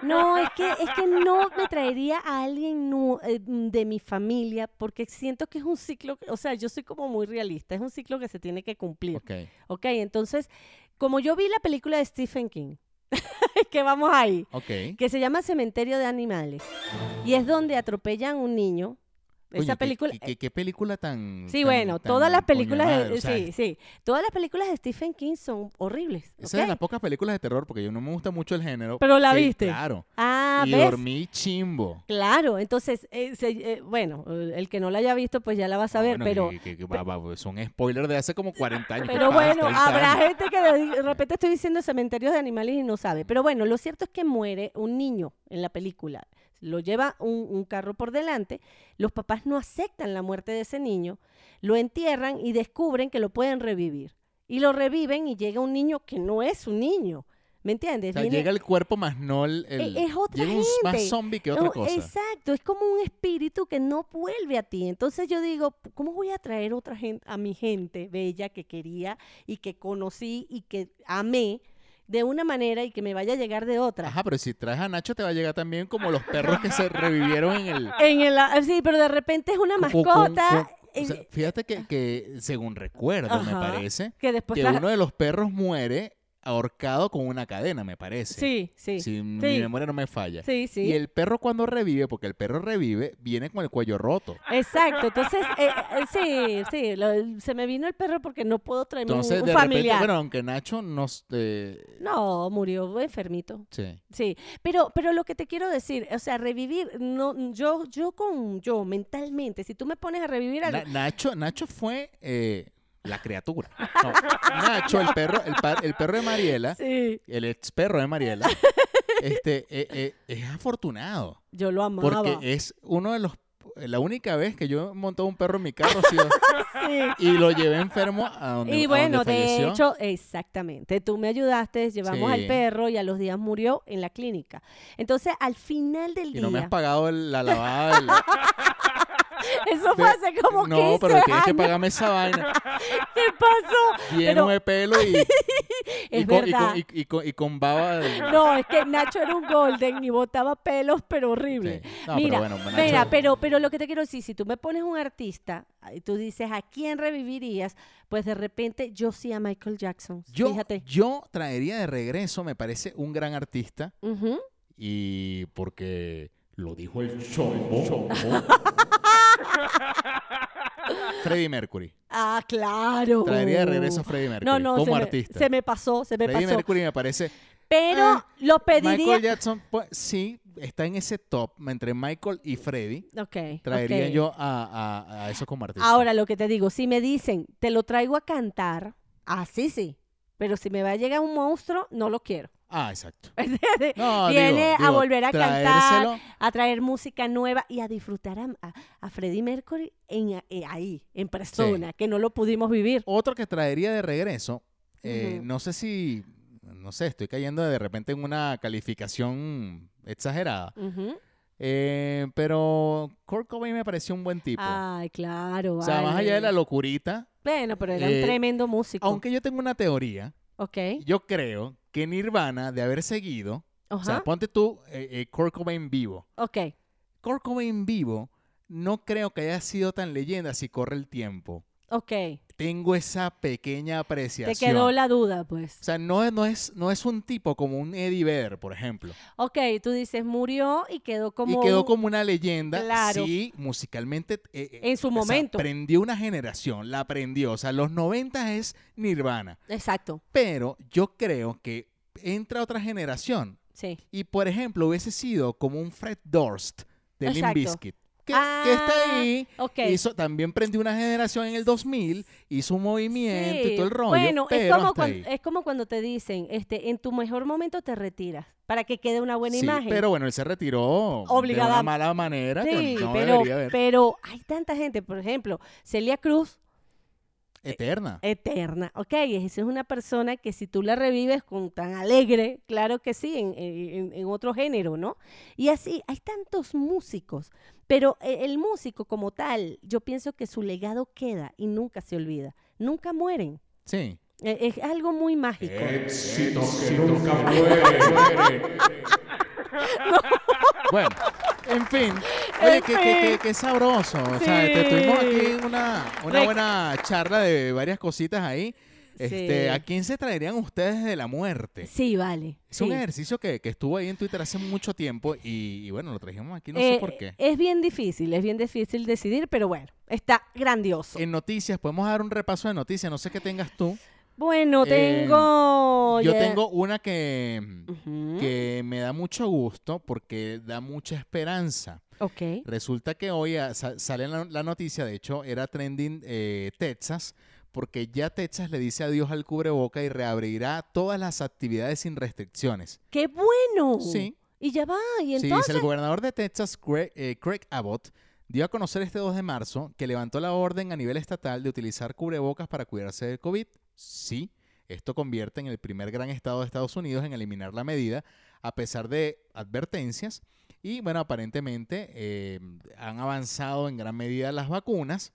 No, es que, es que no me traería a alguien nu- eh, de mi familia porque siento que es un ciclo, que- o sea, yo soy como muy realista, es un ciclo que se tiene que cumplir.
Ok.
Ok, entonces, como yo vi la película de Stephen King, que vamos ahí,
Ok.
que se llama Cementerio de Animales, y es donde atropellan a un niño.
Coño,
Esa
¿qué-
película, eh,
¿qué, qué, qué película tan.
Sí,
tan-
bueno,
tan
todas las
coño de
películas, de-
madre? O sea,
sí, sí, todas las películas de Stephen King son horribles.
Esa es de
¿ok?
las pocas películas de terror porque yo no me gusta mucho el género.
Pero la
que-
viste.
Claro.
Ah,
y
¿ves?
dormí chimbo.
Claro, entonces, eh, se- eh, bueno, eh, el que no la haya visto, pues ya la va a saber,
Bueno,
pero,
que- que- que va- pues, va- son spoilers de hace como 40 años.
pero
capaz,
bueno,
30
habrá
años.
gente que de, de repente estoy diciendo cementerios de animales y no sabe. Pero bueno, lo cierto es que muere un niño en la película. Lo lleva un, un carro por delante, los papás no aceptan la muerte de ese niño, lo entierran y descubren que lo pueden revivir. Y lo reviven y llega un niño que no es un niño. ¿Me entiendes?
O sea,
Viene- E,
llega el cuerpo más no el. el-
es otra
llega un s- más
gente.
zombie que otra
No,
cosa.
Exacto, es como un espíritu que no vuelve a ti. Entonces yo digo, ¿cómo voy a traer otra gente, a mi gente bella que quería y que conocí y que amé de una manera y que me vaya a llegar de otra?
Ajá, pero si traes a Nacho te va a llegar también como los perros que se revivieron en el.
En el, ah, sí, pero de repente es una
como- como-
mascota
como- o sea,
eh,
fíjate que, que según recuerdo, me
Ajá. Pues
parece,
que después...
que
la-
uno de los perros muere ahorcado con una cadena, me parece.
sí, sí, sí,
Si mi memoria no me falla.
sí,
Y el perro cuando revive, porque el perro revive, viene con el cuello roto.
Mm, Exacto, entonces, eh, eh, sí, sí, lo- se me vino el perro porque no puedo traerme un-
Entonces,
un,
de repente,
familiar.
bueno, aunque Nacho nos... eh,
No, murió enfermito.
sí.
Sí, pero, pero lo que te quiero decir, o sea, revivir, no, yo, yo con yo mentalmente, si tú me pones a revivir algo,
Na- Nacho, Nacho fue eh, la criatura. No, Nacho, el perro, el, pa- el perro de Mariela,
sí,
el ex perro de Mariela, este, eh, eh, es afortunado.
yo lo amaba.
Porque eh, es uno de los... La única vez que yo he montado un perro en mi carro ha sido-
Sí.
y lo llevé enfermo a ah, donde,
Y
a
bueno,
donde
de
falleció.
hecho, exactamente, tú me ayudaste, llevamos
Sí.
al perro y a los días murió en la clínica. Entonces, al final del
y
día,
no me has pagado el- la lavada del,
eso fue hace como
no,
15
pero tienes que
años,
pagarme esa vaina.
¿qué pasó?
Lleno
Pero-
de pelo y, y
Es
con, y,
verdad.
con, y- y con- y con baba. de-
No, es que Nacho era un golden y botaba pelos, pero horrible.
Sí. No,
Mira,
pero bueno, Nacho-
Mira, pero, pero lo que te quiero decir, si tú me pones un artista ah, y tú dices a quién revivirías, pues de repente yo sí a Michael Jackson.
yo,
Fíjate.
yo traería de regreso, me parece, un gran artista.
Ujú.
Y porque lo dijo el chombo. Freddie Mercury.
Ah, claro.
Traería de regreso a Freddie Mercury
No, no,
como
se
artista.
Me, se me pasó, se me
Freddie
pasó.
Mercury me parece
Pero
Ah,
lo
Michael
pediría.
Jackson, pues, sí, está en ese top entre Michael y Freddy.
Ok,
Traería
ok.
yo a, a, a eso como artista.
Ahora lo que te digo, si me dicen, te lo traigo a cantar, así sí. Pero si me va a llegar un monstruo, no lo quiero.
Ah, exacto.
¿Entiendes?
No,
Viene
digo-
a
digo,
volver a cantar.
traérselo.
a traer música nueva y a disfrutar a, a, a Freddie Mercury en, eh, ahí, en persona, que no lo pudimos vivir.
Otro que traería de regreso, eh,
Ujú.
no sé si, no sé, estoy cayendo de repente en una calificación exagerada,
Ujú.
Eh, pero Kurt Cobain me pareció un buen tipo.
Ay, claro.
pues. o sea, más allá de
Ah, vale.
la locurita,
Bueno, pero era
eh,
un tremendo músico.
aunque yo tengo una teoría,
Ok.
yo creo que Nirvana, de haber seguido, o sea,
Ajá.
ponte tú eh, eh, Kurt Cobain vivo.
Ok.
Kurt Cobain vivo no creo que haya sido tan leyenda si corre el tiempo.
Ok.
Tengo esa pequeña
Te
apreciación.
quedó la duda,
O
pues.
sea, no, es- no, es, no es un tipo como un Eddie Vedder, por ejemplo.
Ok, tú dices, murió y quedó como.
y quedó
un-
como una leyenda.
Claro.
Sí, musicalmente. eh, eh,
En su
o sea,
momento.
prendió una generación, la prendió. O sea, los 90 es Nirvana.
Exacto.
Pero yo creo que entra otra generación.
Sí.
Y por ejemplo, hubiese sido como un Fred Durst de Limp
Exacto.
Bizkit. Que, que está
Ah,
ahí.
Ok.
Hizo, también prendió una generación en el 2000, hizo un movimiento y
Sí,
todo el rollo.
Bueno, es,
pero
como eh,
hasta
cuando,
ahí.
es como cuando te dicen, este, en tu mejor momento te retiras para que quede una buena
Sí,
imagen.
Pero bueno, él se retiró de
Obligada.
una mala manera. que
Sí,
no
pero,
debería haber.
pero hay tanta gente, por ejemplo, Celia Cruz,
Eterna.
eterna, ok, esa es una persona que si tú la revives con tan alegre, claro que sí, en, en- en otro género, ¿no? Y así, hay tantos músicos, pero e- el músico como tal, yo pienso que su legado queda y nunca se olvida, nunca mueren,
Sí.
E- es algo muy mágico.
Bueno, en fin. Oye,
En
qué, qué- qué-
fin.
qué sabroso. O sea, te
Sí.
tuvimos aquí una, una
Rec-
buena charla de varias cositas ahí. Este,
Sí.
¿A quién se traerían ustedes de la muerte?
Sí, vale.
Es
sí.
un ejercicio que, que estuvo ahí en Twitter hace mucho tiempo y, y bueno, lo trajimos aquí, no
Eh,
sé por qué.
Es bien difícil, es bien difícil decidir, pero bueno, está grandioso.
En noticias, podemos dar un repaso de noticias, no sé qué tengas tú.
Bueno,
Eh,
tengo.
Yo
ya-
tengo una que,
Oh, Ujú,
que me da mucho gusto porque da mucha esperanza.
Ok.
Resulta que hoy ah, sa- sale la, la noticia, de hecho era trending eh, Texas, porque ya Texas le dice adiós al cubreboca y reabrirá todas las actividades sin restricciones.
¡Qué bueno!
Sí.
Y ya va, y
Sí,
entonces.
dice el gobernador de Texas, Craig, eh, Craig Abbott, dio a conocer este 2 de marzo que levantó la orden a nivel estatal de utilizar cubrebocas para cuidarse del COVID. Sí, esto convierte en el primer gran estado de Estados Unidos en eliminar la medida, a pesar de advertencias. Y bueno, aparentemente eh, han avanzado en gran medida las vacunas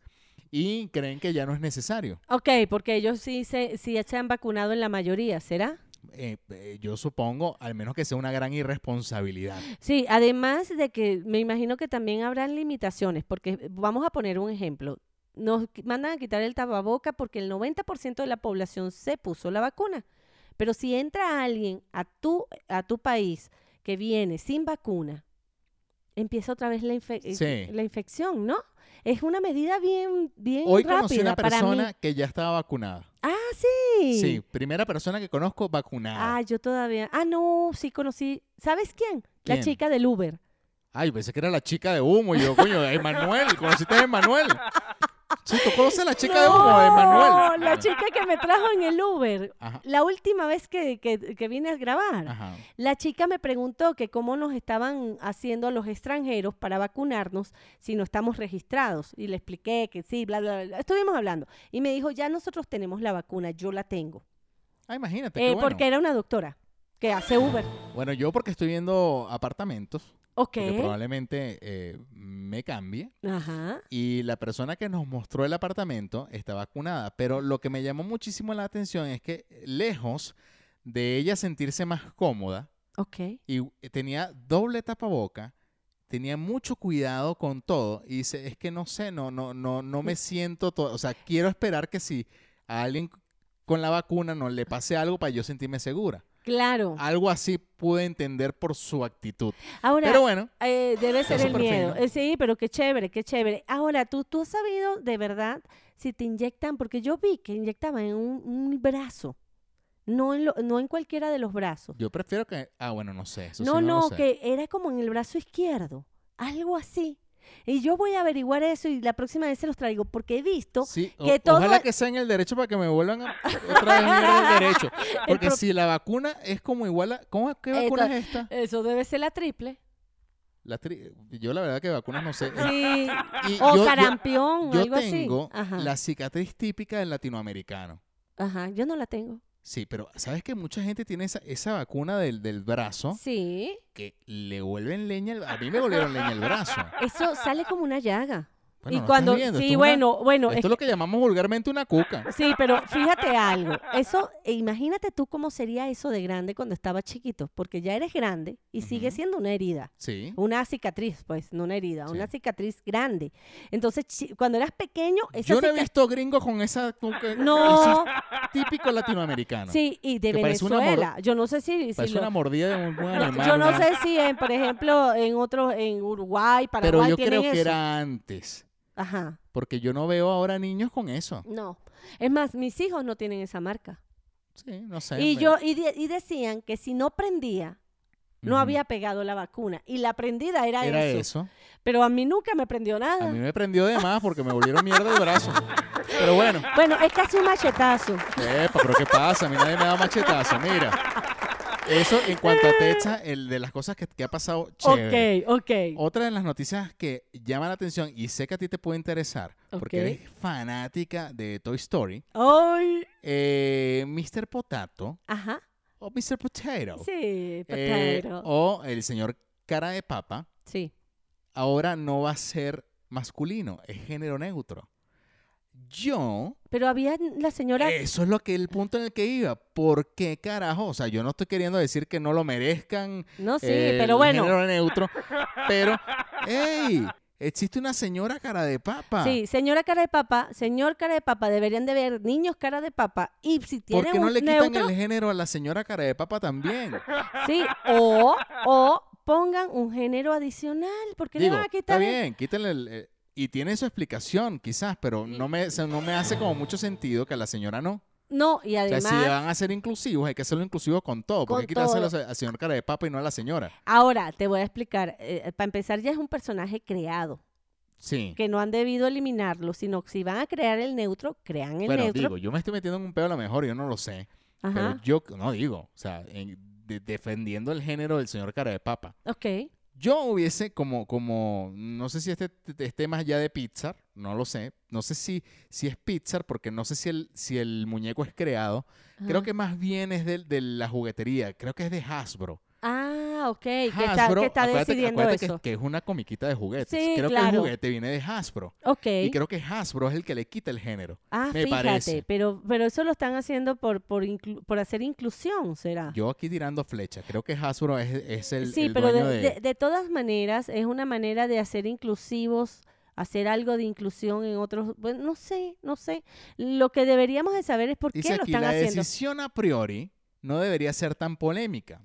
y creen que ya no es necesario.
Ok, porque ellos sí se, sí se han vacunado en la mayoría, ¿será?
Eh, eh, yo supongo, al menos que sea una gran irresponsabilidad.
Sí, además de que me imagino que también habrán limitaciones, porque vamos a poner un ejemplo. Nos qui- mandan a quitar el tapaboca porque el 90% de la población se puso la vacuna. Pero si entra alguien a tu, a tu país que viene sin vacuna, empieza otra vez la, infe- eh,
Sí.
la infección, ¿no? Es una medida bien, bien
Hoy conocí
rápida
una
para
persona
mí.
que ya estaba vacunada.
Ah, sí.
Sí, primera persona que conozco vacunada.
Ah,
Ay,
yo todavía. Ah, no, sí conocí. ¿Sabes quién? La
¿Quién?
chica del Uber.
pensé que era la chica de humo. y yo, coño, Emanuel, ¿conociste a Emanuel? Sí, tú conoces a la chica de humo,
No,
Emanuel. Ah,
La chica que me trajo en el Uber.
Ajá,
La última vez que, que- que vine a grabar,
ajá.
la chica me preguntó que cómo nos estaban haciendo los extranjeros para vacunarnos si no estamos registrados. Y le expliqué que sí, bla, bla, bla. Estuvimos hablando. Y me dijo, ya nosotros tenemos la vacuna, yo la tengo.
Ah, imagínate,
Eh,
qué bueno.
Porque era una doctora que hace Uber.
Bueno, yo porque estoy viendo apartamentos,
Ok.
que probablemente eh, me cambie.
Ajá.
Y la persona que nos mostró el apartamento está vacunada. Pero lo que me llamó muchísimo la atención es que lejos de ella sentirse más cómoda,
Ok.
y u- eh, tenía doble tapaboca, tenía mucho cuidado con todo y dice, es que no sé, no no no no me siento, to- o sea, quiero esperar que si a alguien c- con la vacuna no le pase algo para yo sentirme segura.
Claro.
Algo así pude entender por su actitud.
Ahora,
Pero bueno,
Eh, debe ser el
súper
miedo.
fino.
Eh, sí, pero qué chévere, qué chévere. Ahora, ¿tú, tú has sabido de verdad si te inyectan, porque yo vi que inyectaban en un, un brazo no en, lo- no en cualquiera de los brazos.
Yo prefiero que. Ah, bueno, no sé. eso sí lo
no, no,
sé.
que era como en el brazo izquierdo, algo así. Y yo voy a averiguar eso y la próxima vez se los traigo porque he visto
Sí, o-
que todo e
ojalá
el-
que sea en el derecho para que me vuelvan a, otra vez mirar el derecho. Porque
pro-
si la vacuna es como igual a... ¿Cómo, ¿Qué
Eh,
vacuna
to-
es esta?
Eso debe ser la triple.
La tri- Yo la verdad que vacunas no sé.
Sí.
Y
O
yo- yo-
sarampión,
Yo
algo
tengo
así. Ajá.
la cicatriz típica del latinoamericano.
Ajá, yo no la tengo.
Sí, pero ¿sabes que mucha gente tiene esa, esa vacuna del, del brazo
Sí.
que le vuelven leña al- A mí me volvieron leña el brazo.
Eso sale como una llaga.
Bueno, no
y
estás
cuando
viendo, esto
sí,
es una-
bueno, bueno,
Esto
es
es lo que llamamos vulgarmente una cuca.
Sí, pero fíjate algo. Eso, e imagínate tú cómo sería eso de grande cuando estaba chiquito, porque ya eres grande y sigue
Ujú.
siendo una herida.
Sí.
Una cicatriz, pues, no una herida, una
Sí.
cicatriz grande. Entonces, chi- cuando eras pequeño, esa
Yo no he
cica-
visto gringo con esa cuca. Eso
No,
es típico latinoamericano.
sí, y de
Que parece una mor-
Venezuela. Yo no sé si, si
Parece
lo-
una mordida de un buen animal.
no, yo no
una-
sé si, en, por ejemplo, en otros, en Uruguay, Paraguay,
Pero yo
tienen
creo que
eso.
era antes.
Ajá,
Porque yo no veo ahora niños con eso.
no. Es más, mis hijos no tienen esa marca.
Sí, no sé.
Y
me-
yo y, de- y decían que si no prendía, no
Ujú.
había pegado la vacuna. Y la prendida era,
Era
eso.
eso.
Pero a mí nunca me prendió
A
nada.
mí me prendió de más porque me volvieron mierda el brazo. Pero bueno,
Bueno, es casi un machetazo.
epa, pero ¿qué pasa? A mí nadie me da machetazo, mira. Eso en cuanto a Techa, el de las cosas que, que ha pasado, chévere.
Ok, ok.
Otra de las noticias que llama la atención y sé que a ti te puede interesar, porque
Ok.
eres fanática de Toy Story,
Ay,
eh, Mr. Potato
ajá.
o Mr. Potato,
Sí,
eh,
potato.
o el señor Cara de Papa,
Sí.
ahora no va a ser masculino, es género neutro. Yo
Pero había la señora.
Eso es lo que el punto en el que iba. ¿Por qué carajo? O sea, yo no estoy queriendo decir que no lo merezcan.
no, sí,
eh,
pero
el
bueno.
género neutro. Pero, ¡ey! Existe una señora cara de papa.
Sí, señora cara de papa, señor cara de papa, deberían de ver niños cara de papa. Y si
¿Por
tienen
qué no
un
le quitan
neutro,
el género a la señora cara de papa también?
sí, o, o pongan un género adicional, porque le
Digo,
van a
está
quitar el-
bien, quítenle el- eh, y tiene su explicación, quizás, pero no me, o sea, no me hace como mucho sentido que a la señora no.
No, y
O sea,
además,
si van a ser inclusivos, hay que hacerlo inclusivo con todo. ¿Por qué
Con
quitárselo
todo.
al señor cara de papa y no a la señora?
ahora te voy a explicar, eh, para empezar ya es un personaje creado,
Sí.
que no han debido eliminarlo, sino que si van a crear el neutro, crean el
bueno,
neutro.
digo, yo me estoy metiendo en un pedo a lo mejor, yo no lo sé.
Ajá,
Pero yo no digo, o sea, en- de- defendiendo el género del señor cara de papa.
ok.
Yo hubiese como, como, no sé si este esté más allá de Pixar, no lo sé. No sé si, si es Pixar, porque no sé si el, si el muñeco es creado. Creo
ajá.
que más bien es del- de, la juguetería, creo que es de Hasbro.
Ah, ok, que está,
Hasbro,
que está
acuérdate-
decidiendo
acuérdate que-
eso.
Que, es una comiquita de juguetes.
Sí,
creo que
claro.
el juguete viene de Hasbro.
Ok,
Y creo que Hasbro es el que le quita el género.
ah,
me
fíjate,
parece.
Pero, pero eso lo están haciendo por, por, inclu- por hacer inclusión, ¿será?
Yo aquí tirando flechas, creo que Hasbro es, es el,
sí,
el
pero de,
dueño de...
de- de todas maneras es una manera de hacer inclusivos, hacer algo de inclusión en otros, bueno, no sé, no sé. Lo que deberíamos de saber es por qué
Dice
lo
aquí,
están
la
haciendo.
decisión a priori no debería ser tan polémica,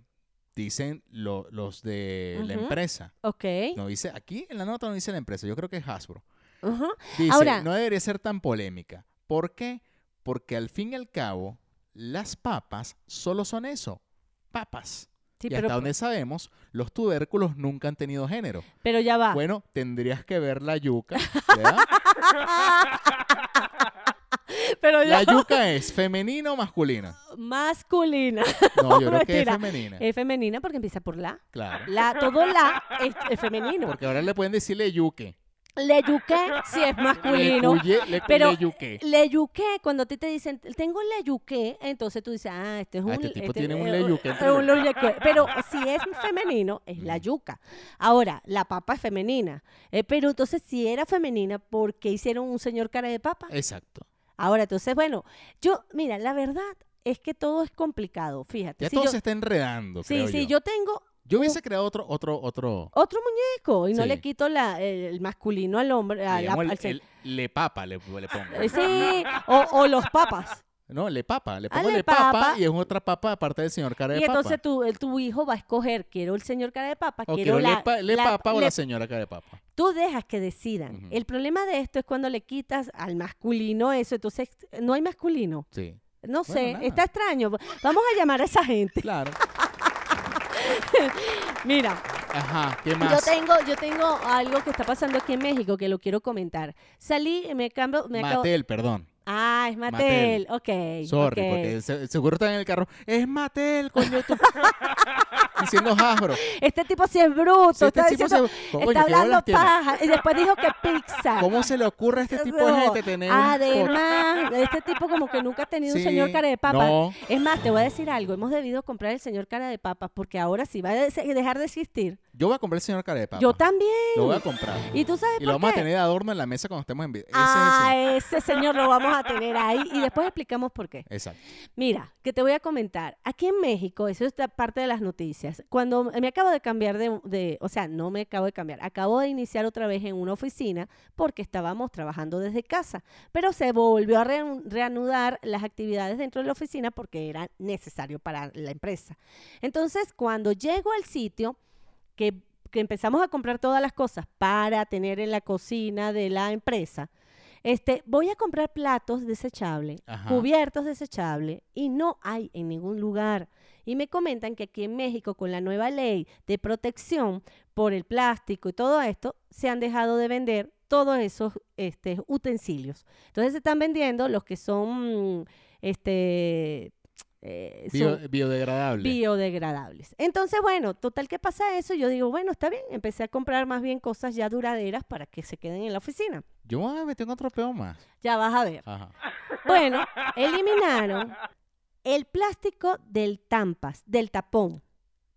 dicen lo- los de la
Ujú.
empresa.
Ok.
No dice, aquí en la nota no dice la empresa, yo creo que es Hasbro.
Ujú.
Dice,
Ahora-
no debería ser tan polémica. ¿Por qué? Porque al fin y al cabo, las papas solo son eso, papas.
Sí,
y hasta
pero,
donde sabemos, los tubérculos nunca han tenido género.
pero ya va.
Bueno, tendrías que ver la yuca, ¿verdad?
pero
la
ya
yuca es femenina o masculina.
masculina.
No, yo creo que es
mentira.
femenina.
Es femenina porque empieza por la.
Claro.
La, todo la es, es femenino.
Porque ahora le pueden decirle yuque. Ah,
Le yuqué si es
Le,
masculino.
cuye- le,
Pero-
le yuque.
Le yuqué, cuando a ti te dicen, tengo le yuqué, entonces tú dices, ah, este es
Ah,
un...
este tipo tiene un le
eh,
yuqué
eh,
entre
un le yuqué. Pero si es femenino, es la
Mm.
yuca. Ahora, la papa es femenina. Eh, pero entonces, si era femenina, ¿por qué hicieron un señor cara de papa?
Exacto.
Ahora, entonces, bueno, yo, mira, la verdad es que todo es complicado, fíjate.
Ya
Si
todo
yo-
se está enredando.
sí,
creo
sí,
yo.
yo tengo
Yo hubiese creado otro, otro, otro.
otro muñeco y no
Sí.
le quito la- el, el masculino al hombre. a
le,
la-
llamo el-
al se-
el- le papa, le, le pongo.
Eh, sí, o, o los papas.
No, le papa. Le
Ah,
pongo
le
le papa,
papa.
y es otra papa aparte del señor cara de
Y entonces
papa.
tu, el- tu hijo va a escoger, quiero el señor cara de papa,
O
quiero
quiero
la,
le, pa- le
la-
papa o
le-
la señora cara de papa.
Tú dejas que decidan.
Ujú.
El problema de esto es cuando le quitas al masculino eso, entonces no hay masculino.
Sí.
No sé,
nada.
está extraño. Vamos a llamar a esa gente.
Claro.
Mira,
Ajá, ¿qué
yo
más?
tengo, yo tengo algo que está pasando aquí en México que lo quiero comentar. Salí y me cambio, me acabo-
Mattel, perdón.
Ah, es
Mattel.
Mattel. Ok.
Sorry,
ok.
porque se- seguro está en el carro. Es Mattel, coño, tú. Diciendo jabro.
Este tipo sí es bruto.
Si este
está
tipo
diciendo-
se- coño, qué
está
bolas
hablando
tiene.
paja. Y después dijo que Pixar.
¿Cómo se le ocurre a este tipo de
No,
gente tener un cor-
Además, este tipo como que nunca ha tenido
Sí,
un señor cara de papa.
no.
Es más, te voy a decir algo. Hemos debido comprar el señor cara de papa porque ahora sí va a des- dejar de existir.
Yo voy a comprar el señor cara de papa.
Yo también.
Lo voy a comprar.
¿Y tú sabes
Y lo
por
vamos a
qué?
tener de adorno en la mesa cuando estemos en video. Ese
ah,
es
ese señor lo vamos a tener ahí y después explicamos por qué.
el- Exacto.
Mira, que te voy a comentar. Aquí en México, eso es parte de las noticias. Cuando me acabo de cambiar de, de- o sea, no me acabo de cambiar, acabo de iniciar otra vez en una oficina porque estábamos trabajando desde casa, pero se volvió a rean- reanudar las actividades dentro de la oficina porque era necesario para la empresa. Entonces, cuando llego al sitio, que, que empezamos a comprar todas las cosas para tener en la cocina de la empresa, este, voy a comprar platos desechables,
Ajá.
cubiertos desechables, y no hay en ningún lugar. Y me comentan que aquí en México, con la nueva ley de protección por el plástico y todo esto, se han dejado de vender todos esos este, utensilios. Entonces se están vendiendo los que son, este, eh,
Bio-
son-
biodegradable.
biodegradables. Entonces, bueno, total que pasa eso, yo digo, bueno, está bien, empecé a comprar más bien cosas ya duraderas para que se queden en la oficina.
Yo ah, me metí en otro peo más.
Ya vas a ver.
Ajá.
Bueno, eliminaron el plástico del tampas, del tapón,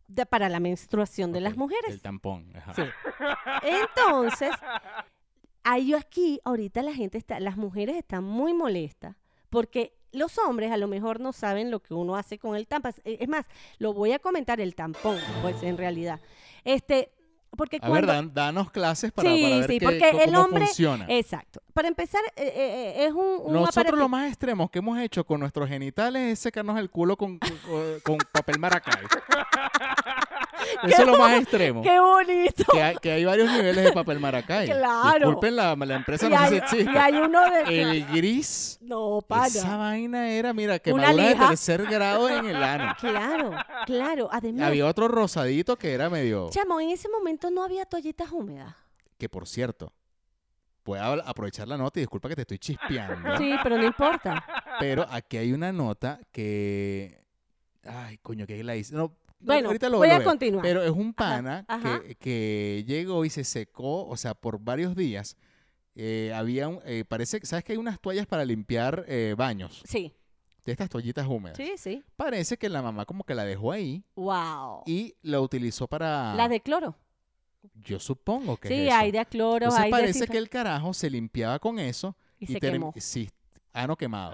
de- para la menstruación de las
Ok,
mujeres.
El tampón. Ajá.
Sí. Entonces, ahí aquí, ahorita la gente está, las mujeres están muy molestas porque los hombres a lo mejor no saben lo que uno hace con el tampón. Es más, lo voy a comentar el tampón, pues en realidad. Este, porque
A ver,
cuando.
dan- danos clases para,
Sí,
para ver
sí,
qué-
porque
cómo
el hombre-
funciona.
Exacto. Para empezar, eh, eh, eh, es un, un
Nosotros
aparato-
lo más extremos que hemos hecho con nuestros genitales es secarnos el culo con, con, con papel maracay. Eso es lo más extremo.
¡Qué bonito!
Que hay, que hay varios niveles de papel maracay.
Claro.
Disculpen la, la empresa,
Y
no sé si
hay, y
existe.
hay uno de.
El gris.
No, para.
Esa vaina era, mira,
Una
quemadura de
lija.
tercer grado en el ano.
Claro, claro. Además,
Había otro rosadito que era medio...
chamo, en ese momento no había toallitas húmedas.
Que, por cierto, voy a aprovechar la nota y disculpa que te estoy chispeando.
Sí, pero no importa.
Pero aquí hay una nota que... Ay, coño, que la hice. No, no,
Bueno,
ahorita lo
voy
lo
a
veo.
continuar.
Pero es un pana
ajá.
Que, que llegó y se secó, o sea, por varios días. Eh, había un, eh, parece, que- ¿sabes que hay unas toallas para limpiar eh, baños?
Sí,
De estas toallitas húmedas.
sí, sí.
Parece que la mamá como que la dejó ahí
Wow.
y la utilizó para...
Las de cloro.
Yo supongo que es
Sí,
eso.
hay de cloro,
Entonces
hay de
parece
desinfe-
que el carajo se limpiaba con eso
Y se
termi-
quemó.
Sí, ano quemado.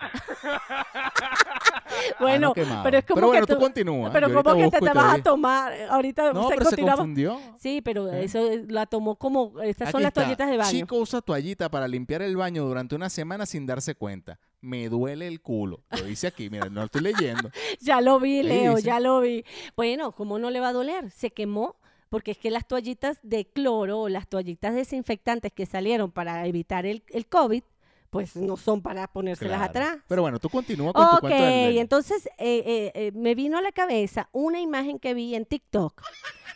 Bueno,
ano quemado.
pero es como que
Ah, bueno, tú,
tú-
continúa.
pero
yo
como que
ahorita busco
te,
y
te vas
doy-
a tomar ahorita
No,
se
pero se
continuaba-
confundió.
Sí, pero
¿Eh?
eso eh, la tomó como estas son
Aquí
las
está.
toallitas de baño.
Chico usa toallita para limpiar el baño durante una semana sin darse cuenta. Me duele el culo. Lo dice aquí, mira, no lo estoy leyendo.
Ya lo vi,
Sí,
Leo,
sí.
ya lo vi. Bueno, ¿cómo no le va a doler? Se quemó porque es que las toallitas de cloro o las toallitas desinfectantes que salieron para evitar el, el COVID, pues no son para ponérselas
Claro.
atrás.
Pero bueno, tú continúa con tu
Ok,
cuento del- del-
entonces eh, eh, eh, me vino a la cabeza una imagen que vi en TikTok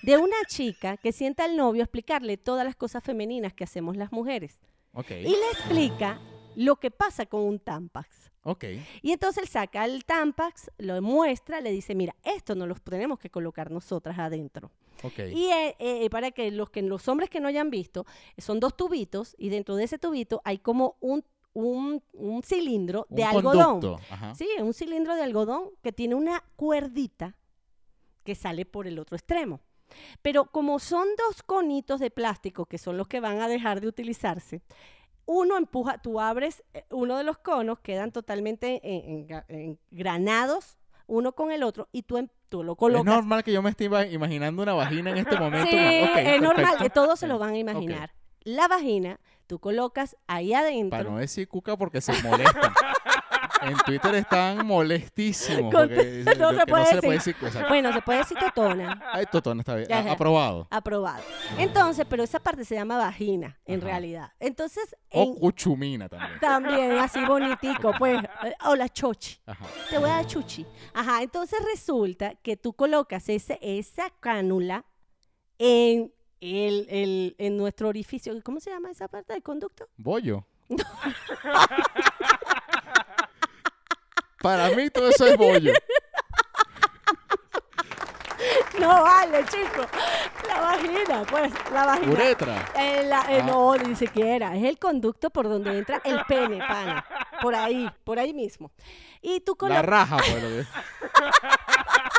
de una chica que sienta al novio a explicarle todas las cosas femeninas que hacemos las mujeres.
Ok,
Y le explica lo que pasa con un tampax.
ok.
Y entonces él saca el tampax, lo muestra, le dice, mira, esto no los tenemos que colocar nosotras adentro.
ok.
Y eh, eh, para que los, que los hombres que no hayan visto, son dos tubitos y dentro de ese tubito hay como un, un, un cilindro de
Un
algodón.
conducto, ajá.
Sí, un cilindro de algodón que tiene una cuerdita que sale por el otro extremo. Pero como son dos conitos de plástico que son los que van a dejar de utilizarse, uno empuja, tú abres eh, uno de los conos, quedan totalmente en- en- engranados uno con el otro y tú, em- tú lo
Es
colocas.
normal que yo me esté iba- imaginando una vagina en este momento.
Sí,
Bueno, ok,
es normal,
perfecto.
eh, todos se lo van a imaginar. La vagina, tú colocas ahí adentro.
Para no decir cuca porque se molestan. En Twitter están molestísimos.
Con-
porque dicen
no
lo
se
que
puede
no se puede
decir.
decir. exacto.
Bueno, se puede decir totona.
Ay, Totón, está bien.
Ya,
A-
ya.
aprobado.
Aprobado. Entonces, pero esa parte se llama vagina, en
Ajá. Oh,
realidad. Entonces,
O
en-
Cuchumina también.
también así bonitico, pues. eh, O la chochi.
Ajá.
Te voy a dar chuchi. Ajá, entonces resulta que tú colocas ese, esa cánula en, el, el- en nuestro orificio. ¿Cómo se llama esa parte del conducto?
Bollo. Para mí todo eso es bollo.
No vale, chico. La vagina, pues, la vagina.
Uretra.
Eh, la- eh,
Ah.
No, ni siquiera. Es el conducto por donde entra el pene, pana. Por ahí, por ahí mismo. Y tú
La
colocas...
raja, pues. lo que-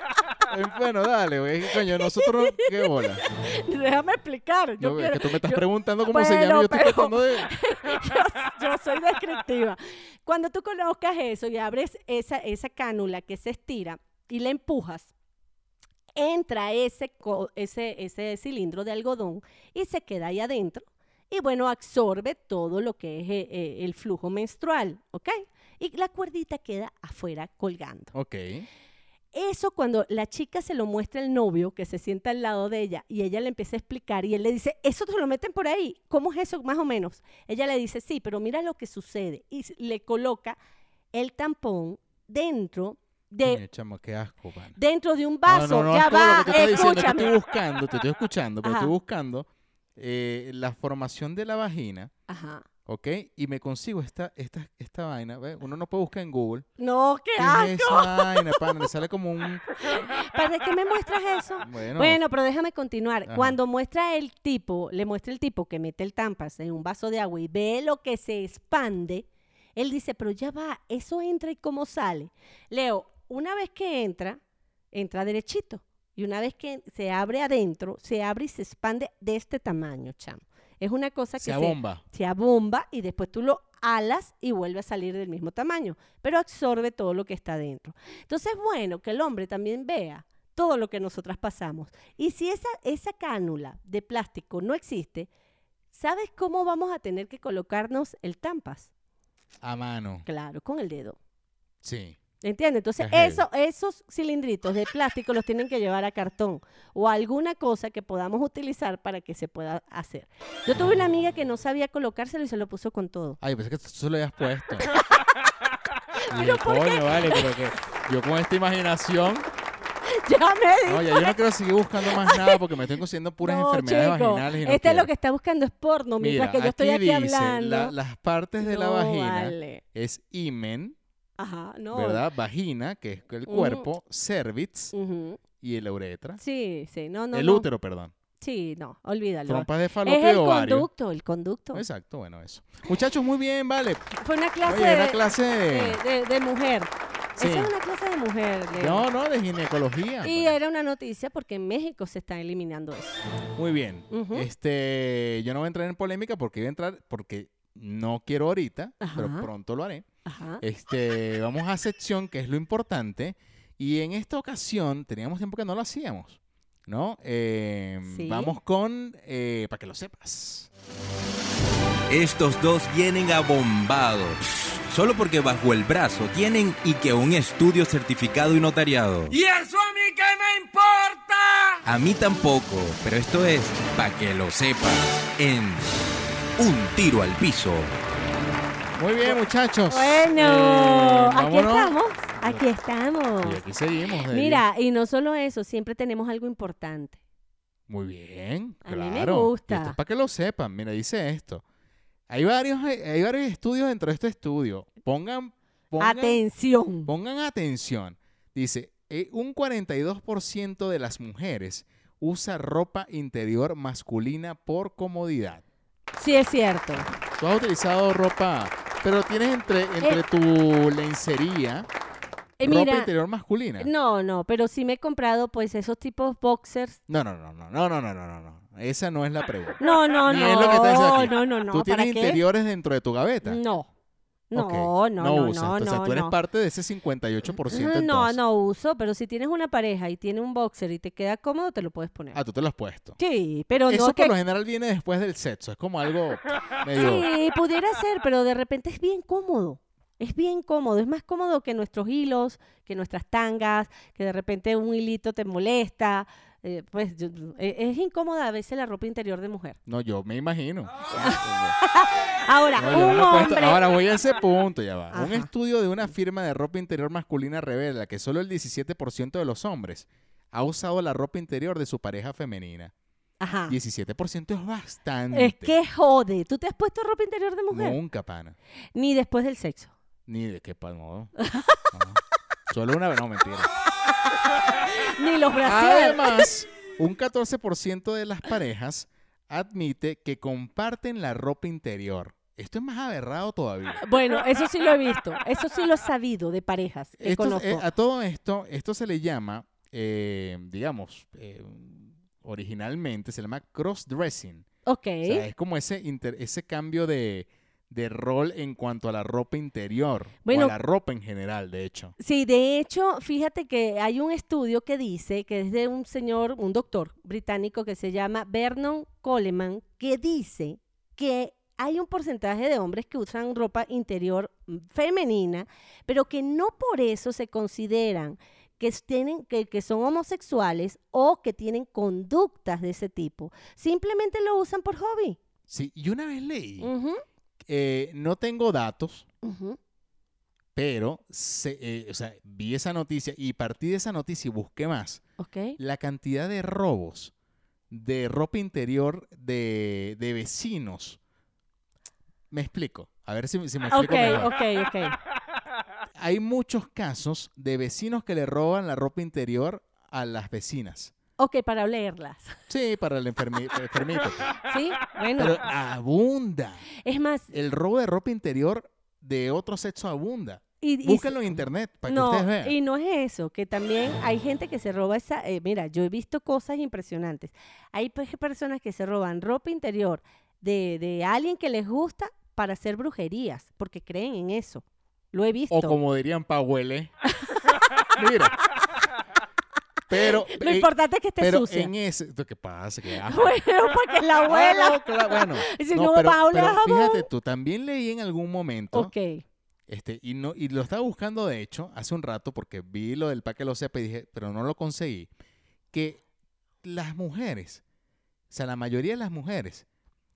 Eh, Bueno, dale, güey. Coño, nosotros qué bola.
Déjame explicar. Yo
No, es
quiero...
que tú me estás
yo-
preguntando cómo se
Bueno,
llama y yo estoy
pero-
tratando de.
yo, yo soy descriptiva. Cuando tú colocas eso y abres esa, esa cánula que se estira y la empujas, entra ese, co- ese, ese cilindro de algodón y se queda ahí adentro. Y bueno, absorbe todo lo que es eh, eh, el flujo menstrual, ¿ok? Y la cuerdita queda afuera colgando.
Ok.
Eso cuando la chica se lo muestra al novio que se sienta al lado de ella y ella le empieza a explicar y él le dice, eso te lo meten por ahí, ¿cómo es eso más o menos? Ella le dice, sí, pero mira lo que sucede y s- le coloca el tampón dentro de,
Coño, chamo, qué asco, pana.
dentro de un
Eh. No,
vaso,
no, no,
ya
es todo
va,
lo que tú estás diciendo, es que
escúchame.
estoy buscando, te estoy escuchando, pero estoy
Ajá.
buscando eh, la formación de la vagina,
Ajá.
¿ok? Y me consigo esta, esta, esta vaina. ¿ves? Uno no puede buscar en Google.
No, qué
¿Qué
asco.
es esa vaina, pana? Le sale como un.
¿Para qué me muestras eso?
Bueno.
Bueno, pero déjame continuar.
Ajá.
Cuando muestra el tipo, le muestra el tipo que mete el tampas en un vaso de agua y ve lo que se expande, él dice, pero ya va, eso entra y cómo sale. Leo, una vez que entra, entra derechito. Y una vez que se abre adentro, se abre y se expande de este tamaño, chamo. Es una cosa pues que
se abomba.
se abomba y después tú lo alas y vuelve a salir del mismo tamaño, pero absorbe todo lo que está dentro. Entonces es bueno que el hombre también vea todo lo que nosotras pasamos. Y si esa, esa cánula de plástico no existe, ¿sabes cómo vamos a tener que colocarnos el tampas?
A mano.
Claro, con el dedo.
Sí.
¿Entiendes? Entonces,
Qué heavy.
eso, esos cilindritos de plástico los tienen que llevar a cartón o a alguna cosa que podamos utilizar para que se pueda hacer. Yo tuve una amiga que no sabía colocárselo y se lo puso con todo.
Ay, pensé que tú se lo habías puesto. Y
Pero,
yo,
¿por
coño, vale, pero que yo con esta imaginación,
Ya me
no,
dijo.
ya yo no quiero seguir buscando más nada porque me estoy consiguiendo Ah, puras
pues. No,
enfermedades
chico,
vaginales. Y no
este es lo
quiero.
que está buscando es porno, mientras
Mira,
que yo estoy aquí
dice,
hablando.
la- las partes de la
No,
vagina
vale.
es imen,
Ajá, no. Mm.
¿verdad? Vagina, que es el
Ujú.
cuerpo, cervix
Ujú.
y la uretra.
Sí, sí, no, no.
el
no.
útero, perdón.
Sí, no, olvídalo.
Trompas de falopio
es el
y ovario.
conducto, el conducto.
Exacto, bueno, eso. Muchachos, muy bien, vale.
Fue una clase,
Oye, una
de-
clase.
de, de- de mujer.
Sí.
Esa es una clase de mujer. Leo.
No, no, de ginecología.
Y
pues.
era una noticia porque en México se está eliminando eso.
Muy bien.
Ujú.
Este, yo no voy a entrar en polémica porque voy a entrar porque no quiero ahorita,
Ajá.
pero pronto lo haré.
Ajá.
Este, vamos a sección que es lo importante y en esta ocasión teníamos tiempo que no lo hacíamos, ¿no? Eh,
Sí.
Vamos con eh, para que lo sepas.
Estos dos vienen abombados. Solo porque bajo el brazo tienen y que un estudio certificado y notariado.
¿Y eso a mí qué me importa?
A mí tampoco, pero esto es para que lo sepas en Un tiro al piso.
Muy bien, muchachos. Eh,
Bueno, aquí
vámonos.
estamos. Aquí estamos.
Y aquí seguimos. Delia.
Mira, y no solo eso, siempre tenemos algo importante.
Muy bien,
A mí me
claro. Y
gusta.
Esto es para que lo sepan. Mira, dice esto. Hay varios, hay varios estudios dentro de este estudio. Pongan, pongan,
Atención.
pongan atención. Dice, eh, un 42% de las mujeres usa ropa interior masculina por comodidad.
Sí, es cierto.
Tú has utilizado ropa, pero tienes entre, entre
Eh,
tu lencería
Eh,
ropa
mira,
interior masculina.
no, no, pero sí me he comprado pues esos tipos boxers.
No, no, no, no, no, no, no, no, no. Esa no es la pregunta.
No, no,
Ni
no.
es lo que está diciendo aquí.
no, no, no.
¿Tú
¿Para
tienes
qué?
interiores dentro de tu gaveta?
No. No,
Ok,
no, no,
usas.
no,
Entonces,
no.
tú eres
no.
parte de ese 58%.
No,
entonces.
no uso, pero si tienes una pareja y tiene un boxer y te queda cómodo, te lo puedes poner.
Ah, tú te lo has puesto.
Sí, pero
Eso
no
por
que...
lo general viene después del sexo. Es como algo medio...
Sí, pudiera ser, pero de repente es bien cómodo. Es bien cómodo, es más cómodo que nuestros hilos, que nuestras tangas, que de repente un hilito te molesta. eh, pues yo- eh, es incómoda a veces la ropa interior de mujer.
No, yo me imagino.
Ahora,
No, yo no
un
me he puesto-
Ah. hombre.
Ahora voy a ese punto, ya va. Un
Ajá.
estudio de una firma de ropa interior masculina revela que solo el 17% de los hombres ha usado la ropa interior de su pareja femenina.
Ajá.
17% es bastante.
Ah. Es que jode. ¿Tú te has puesto ropa interior de mujer?
Nunca, pana.
Ni después del sexo.
Ni de qué pan, no. No. Solo una vez, no, mentira.
Ni los brasier.
Además, un 14% de las parejas admite que comparten la ropa interior. Esto es más aberrado todavía.
Bueno, eso sí lo he visto. Eso sí lo he sabido de parejas que
Esto-
conozco.
eh, a todo esto, esto se le llama, eh, digamos, eh, originalmente se llama cross-dressing.
ok.
O sea, es como ese, inter- ese cambio de, de rol en cuanto a la ropa interior. o
Bueno.
a la ropa en general, de hecho.
Sí, de hecho, fíjate que hay un estudio que dice que es de un señor, un doctor británico que se llama Vernon Coleman, que dice que hay un porcentaje de hombres que usan ropa interior mm, femenina, pero que no por eso se consideran que, s- tienen, que, que son homosexuales o que tienen conductas de ese tipo. Simplemente lo usan por hobby.
Sí, y una vez leí,
Ujú,
eh, no tengo datos,
ujú.
pero se- eh, o sea, vi esa noticia y partí de esa noticia y busqué más.
Ok.
La cantidad de robos de ropa interior de, de vecinos. Me explico. A ver si, si me explico
Ok,
mejor.
ok, ok.
Hay muchos casos de vecinos que le roban la ropa interior a las vecinas.
Ok, para olerlas.
Sí, para el enfermi- enfermito. pues.
¿Sí? Bueno.
Pero abunda.
es más,
El robo de ropa interior de otro sexo abunda.
Y, y-
Búsquenlo en internet para
no,
que ustedes vean.
y no es eso, que también hay gente que se roba esa. eh, mira, yo he visto cosas impresionantes. Hay pe- personas que se roban ropa interior de, de alguien que les gusta para hacer brujerías, porque creen en eso. Lo he visto.
O como dirían Pahuele. Mira. Pero.
Lo
eh,
importante es que esté
pero
sucia.
en ese. ¿Qué pasa? ¿Qué asco.
Bueno, porque la
Ah,
abuela.
no, claro, bueno.
Si
No,
no,
pero,
Paola,
pero
jamás.
fíjate tú, también leí en algún momento.
Ok.
Este, y, no, y lo estaba buscando, de hecho, hace un rato, porque vi lo del pa' que lo sepa y dije, pero no lo conseguí. Que las mujeres, o sea, la mayoría de las mujeres,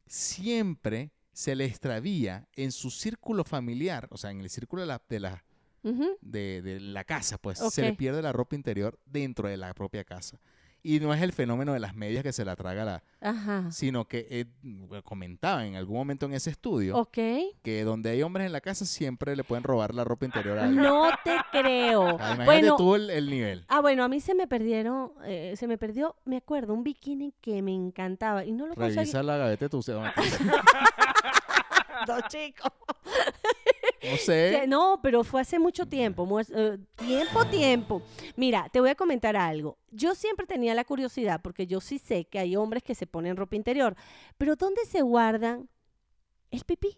siempre se le extravía en su círculo familiar, o sea, en el círculo de la, de la,
Ujú.
de, de la casa, pues se le
Ok.
pierde la ropa interior dentro de la propia casa. Y no es el fenómeno de las medias que se la traga la,
Ajá.
sino que eh, comentaba en algún momento en ese estudio
Ok.
que donde hay hombres en la casa siempre le pueden robar la ropa interior a alguien.
Ah, No te creo.
O sea, Ah, imagínate
Bueno,
tú el, el nivel.
Ah, bueno, a mí se me perdieron, eh, se me perdió, me acuerdo, un bikini que me encantaba y no lo conseguí.
Revisa la gaveta de tu no, mentira.
No, chico.
No
Que
sé.
No, pero fue hace mucho tiempo, mu- eh, tiempo, tiempo. Mira, te voy a comentar algo. Yo siempre tenía la curiosidad, porque yo sí sé que hay hombres que se ponen ropa interior, pero ¿dónde se guardan el pipí?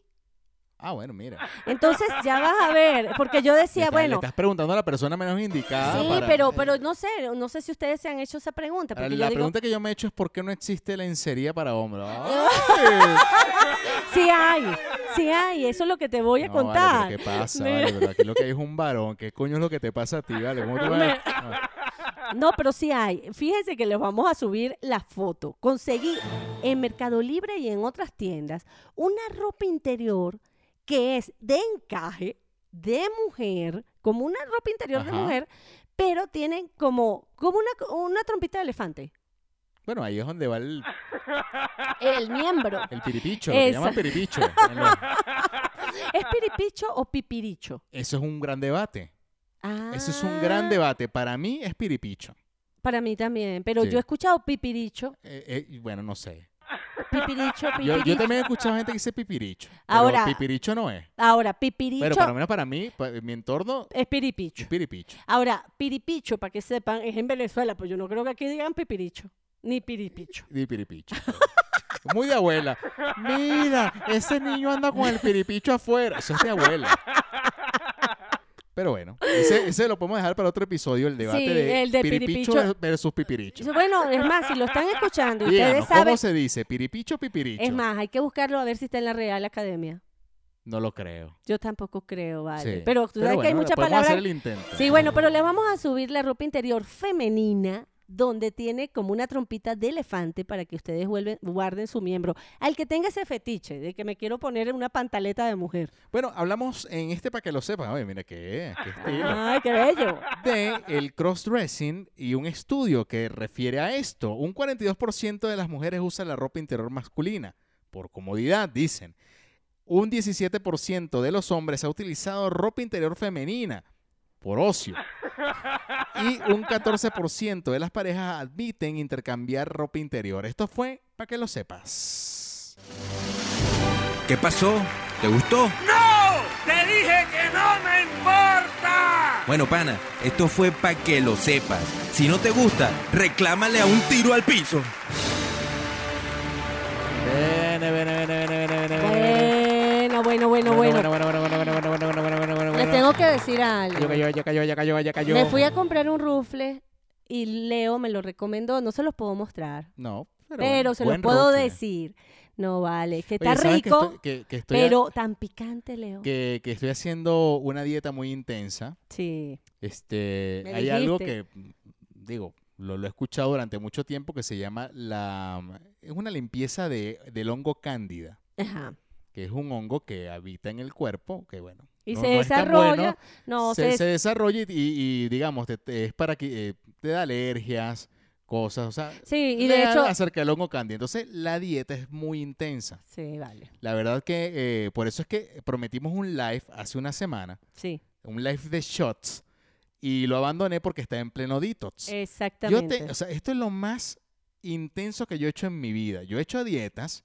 Ah, bueno, mira.
Entonces ya vas a ver, porque yo
Le
decía,
estás- Le
bueno,
estás preguntando a la persona menos indicada.
sí,
para-
pero, pero no sé, no sé si ustedes se han hecho esa pregunta,
Ahora,
porque
la
yo digo,
pregunta que yo me he hecho es por qué no existe lencería para hombres. ¡Ay!
sí hay, sí hay, eso es lo que te voy a
No, vale,
contar.
pero ¿Qué pasa?
Mira.
Vale, pero aquí lo que hay es un varón. ¿Qué coño es lo que te pasa a ti? Vale, ¿cómo tú vas a-
No, pero sí hay. Fíjense que les vamos a subir la foto. Conseguí en Mercado Libre y en otras tiendas una ropa interior que es de encaje, de mujer, como una ropa interior de
Ajá.
mujer, pero tienen como, como una, una trompita de elefante.
Bueno, ahí es donde va el,
El miembro.
el piripicho. lo que
Esa.
llaman piripicho. Bueno,
¿Es piripicho o pipiricho?
Eso es un gran debate.
Ah,
Ese es un gran debate. Para mí es piripicho.
Para mí también, pero
Sí.
yo he escuchado pipiricho,
Eh, eh, y bueno, no sé.
pipiricho,
Yo,
pipiricho.
yo también he escuchado gente que dice pipiricho.
Ahora-
Pero pipiricho no es.
Ahora, pipiricho
Pero por lo menos para mí, pa- en mi entorno,
es piripicho.
es piripicho.
Ahora, piripicho, para que sepan, es en Venezuela, pues yo no creo que aquí digan pipiricho, ni piripicho.
Y piripicho. pues. Muy de abuela. Mira, ese niño anda con el piripicho afuera. Eso es de abuela. Pero bueno, ese, ese lo podemos dejar para otro episodio, el debate
Sí,
de,
el de
piripicho,
piripicho.
versus pipiricho.
Bueno, es más, si lo están escuchando y
Díganos,
ustedes saben,
¿cómo se dice? ¿Piripicho o pipiricho?
es más, hay que buscarlo a ver si está en la Real Academia.
No lo creo.
Yo tampoco creo, vale.
Sí.
Pero tú sabes que hay
bueno,
muchas
podemos hacer
palabras.
el intento.
Sí, bueno, pero le vamos a subir la ropa interior femenina donde tiene como una trompita de elefante para que ustedes vuelven- guarden su miembro. Al que tenga ese fetiche de que me quiero poner una pantaleta de mujer.
Bueno, hablamos en este para que lo sepan. Oye, mira qué, qué estilo.
¡Ay, qué bello!
De el crossdressing y un estudio que refiere a esto. Un 42% de las mujeres usa la ropa interior masculina, por comodidad, dicen. Un 17% de los hombres ha utilizado ropa interior femenina, por ocio. Y un 14% de las parejas admiten intercambiar ropa interior. Esto fue para que lo sepas.
¿Qué pasó? ¿Te gustó?
¡No! ¡Te dije que no me importa!
Bueno, pana, esto fue para que lo sepas. Si no te gusta, reclámale a un tiro al piso.
Bueno, bueno, bueno, bueno. Les tengo que decir algo. Me fui a comprar un rufle y Leo me lo recomendó. No se los puedo mostrar,
No, pero,
pero,
bueno,
se los
buen
puedo
rostro.
decir. No vale, que
Oye,
está
¿sabes que
rico,
estoy- que- que estoy a-
pero tan picante, Leo.
que, que estoy haciendo una dieta muy intensa.
Sí.
Este,
Me
hay algo que,
dijiste.
digo, lo, lo he escuchado durante mucho tiempo que se llama la... Es una limpieza de, del hongo cándida,
Ajá.
que es un hongo que habita en el cuerpo, que bueno.
Y
no-
se
no es tan bueno,
desarrolla. no,
se,
se,
se desarrolla y, y- y, digamos, te, te- es para que eh, te da alergias, cosas, o sea...
Sí, y de
lean
hecho.
Acerca del hongo cándida. Entonces, la dieta es muy intensa.
Sí, vale.
La verdad que eh, por eso es que prometimos un live hace una semana,
Sí,
un live de shots, y lo abandoné porque está en pleno detox. Yo
exactamente.
te- o sea, esto es lo más intenso que yo he hecho en mi vida. Yo he hecho dietas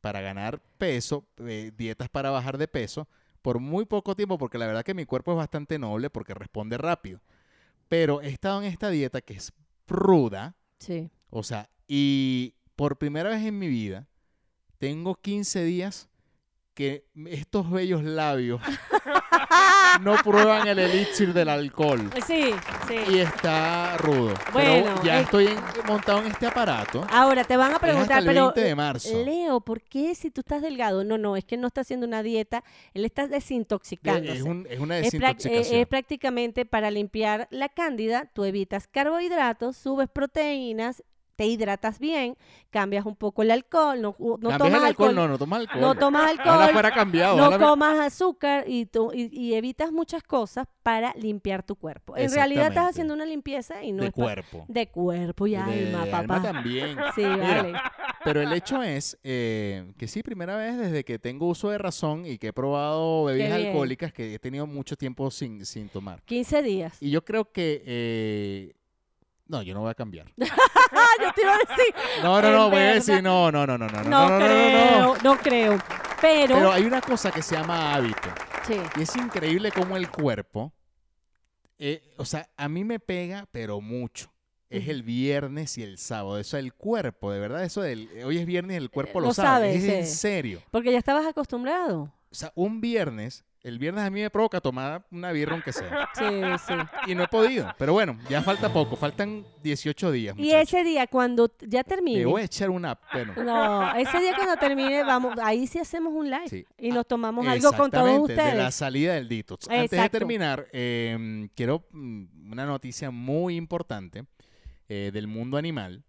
para ganar peso, eh, dietas para bajar de peso, por muy poco tiempo, porque la verdad que mi cuerpo es bastante noble porque responde rápido. Pero he estado en esta dieta que es ruda,
Sí.
o sea, y por primera vez en mi vida, tengo 15 días que estos bellos labios no prueban el elixir del alcohol.
Sí, sí.
Y está rudo.
Bueno,
pero ya
es-
estoy en- montado en este aparato.
Ahora te van a
Es hasta
preguntar,
el
pero
20 de marzo.
Leo, ¿por qué si tú estás delgado? No, no, es que no está haciendo una dieta, él está desintoxicándose.
Es, un- es una
Es prac-
desintoxicación.
eh, es prácticamente para limpiar la cándida, tú evitas carbohidratos, subes proteínas, te hidratas bien, cambias un poco el alcohol, no, no
Cambias el
tomas
alcohol,
alcohol,
no, no tomas alcohol.
no tomas
Ojalá
alcohol,
fuera cambiado.
no
ojalá-
comas azúcar y, tú- y- y evitas muchas cosas para limpiar tu cuerpo. En realidad
Exactamente.
estás haciendo una limpieza y no
de
es pa-
cuerpo.
de cuerpo y
De
alma, papá.
también.
Sí,
Mira,
vale.
Pero el hecho es eh, que sí, primera vez desde que tengo uso de razón y que he probado bebidas
bien.
alcohólicas que he tenido mucho tiempo sin, sin tomar.
15 días.
Y yo creo que... eh, no, yo no voy a cambiar.
Ah, yo te iba a decir.
No, no,
En
no, voy a
verdad.
decir no, no, no, no, no, no, no,
No,
no, no,
creo,
no,
no, creo. Pero,
Pero hay una cosa que se llama hábito.
sí,
Y es increíble cómo el cuerpo, eh, o sea, a mí me pega, pero mucho. Es el viernes y el sábado. Eso, el cuerpo, de verdad, eso del eh, hoy es viernes y el cuerpo
Eh,
lo,
lo
sabe.
sabe,
Es
sí.
en serio.
porque ya estabas acostumbrado.
O sea, un viernes, el viernes a mí me provoca tomar una birra aunque sea.
Sí, sí.
Y no he podido. Pero bueno, ya falta poco. Faltan 18 días.
Y
muchachos.
ese día cuando t- ya
Le
termine.
voy a echar una. Bueno,
No, ese día cuando termine, vamos, ahí sí hacemos un live
Sí. Ah,
y nos tomamos algo con todos
Exactamente,
ustedes.
De la salida del detox. Antes de
Exacto.
terminar, eh, quiero mm, una noticia muy importante eh, del mundo animal,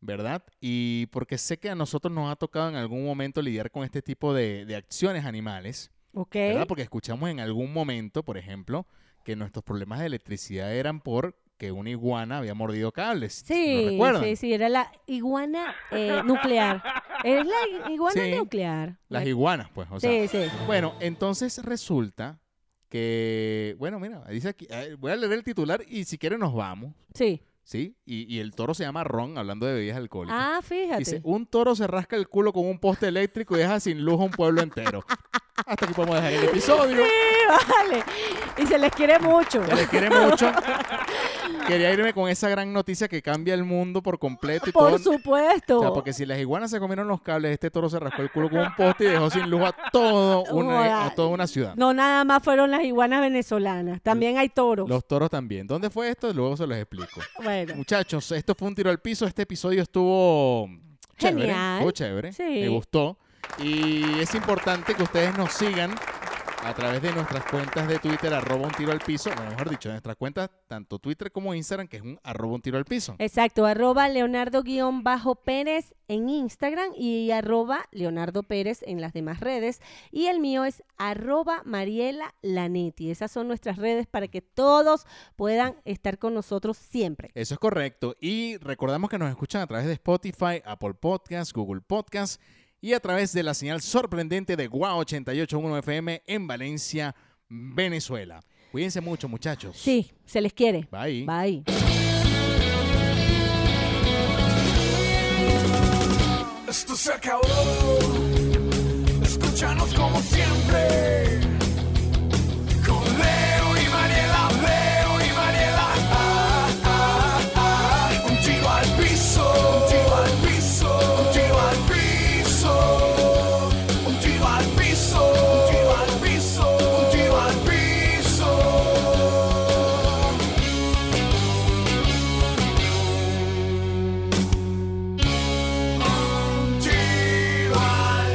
¿verdad? Y porque sé que a nosotros nos ha tocado en algún momento lidiar con este tipo de, de acciones animales,
Ok.
¿verdad? Porque escuchamos en algún momento, por ejemplo, que nuestros problemas de electricidad eran por que una iguana había mordido cables. ¿Lo
Sí,
recuerdan?
sí, sí, era la iguana eh, nuclear. Es la i- iguana
Sí,
nuclear.
Las iguanas, pues. O sea,
sí, sí.
Bueno, entonces resulta que, bueno, mira, dice aquí, eh, voy a leer el titular y si quiere nos vamos,
Sí.
¿sí? Y, y el toro se llama Ron, hablando de bebidas alcohólicas.
Ah, fíjate.
dice, un toro se rasca el culo con un poste eléctrico y deja sin luz a un pueblo entero. Hasta aquí podemos dejar el episodio.
Sí, vale. Y se les quiere mucho.
Se les quiere mucho. Quería irme con esa gran noticia que cambia el mundo por completo y todo. O
Por supuesto.
sea, porque si las iguanas se comieron los cables, este toro se rascó el culo con un poste y dejó sin luz a, todo una,
Joda.
a toda una ciudad.
No nada más fueron las iguanas venezolanas, también hay toros.
Los toros también. ¿Dónde fue esto? Luego se los explico.
Bueno,
Muchachos, esto fue un tiro al piso. Este episodio estuvo chévere.
Genial.
Estuvo chévere.
Sí.
Me gustó. Y es importante que ustedes nos sigan a través de nuestras cuentas de Twitter, arroba un tiro al piso, o mejor dicho, de nuestras cuentas, tanto Twitter como Instagram, que es un arroba un tiro al piso.
Exacto, arroba leonardo-pérez en Instagram y arroba leonardo pérez en las demás redes. Y el mío es arroba mariela lanetti. Esas son nuestras redes para que todos puedan estar con nosotros siempre.
Eso es correcto. Y recordamos que nos escuchan a través de Spotify, Apple Podcasts, Google Podcasts y a través de la señal sorprendente de Guau 881 FM en Valencia, Venezuela. Cuídense mucho, muchachos.
Sí, se les quiere.
Bye.
Bye.
Esto se acabó. Escúchanos como siempre. Con Leo y Mariela, Leo y Mariela. Ah, ah, ah. Un tiro al piso. Un tiro al piso. Un tiro al piso. Un tiro al piso. Un tiro al piso. Un tiro al piso. Un tiro al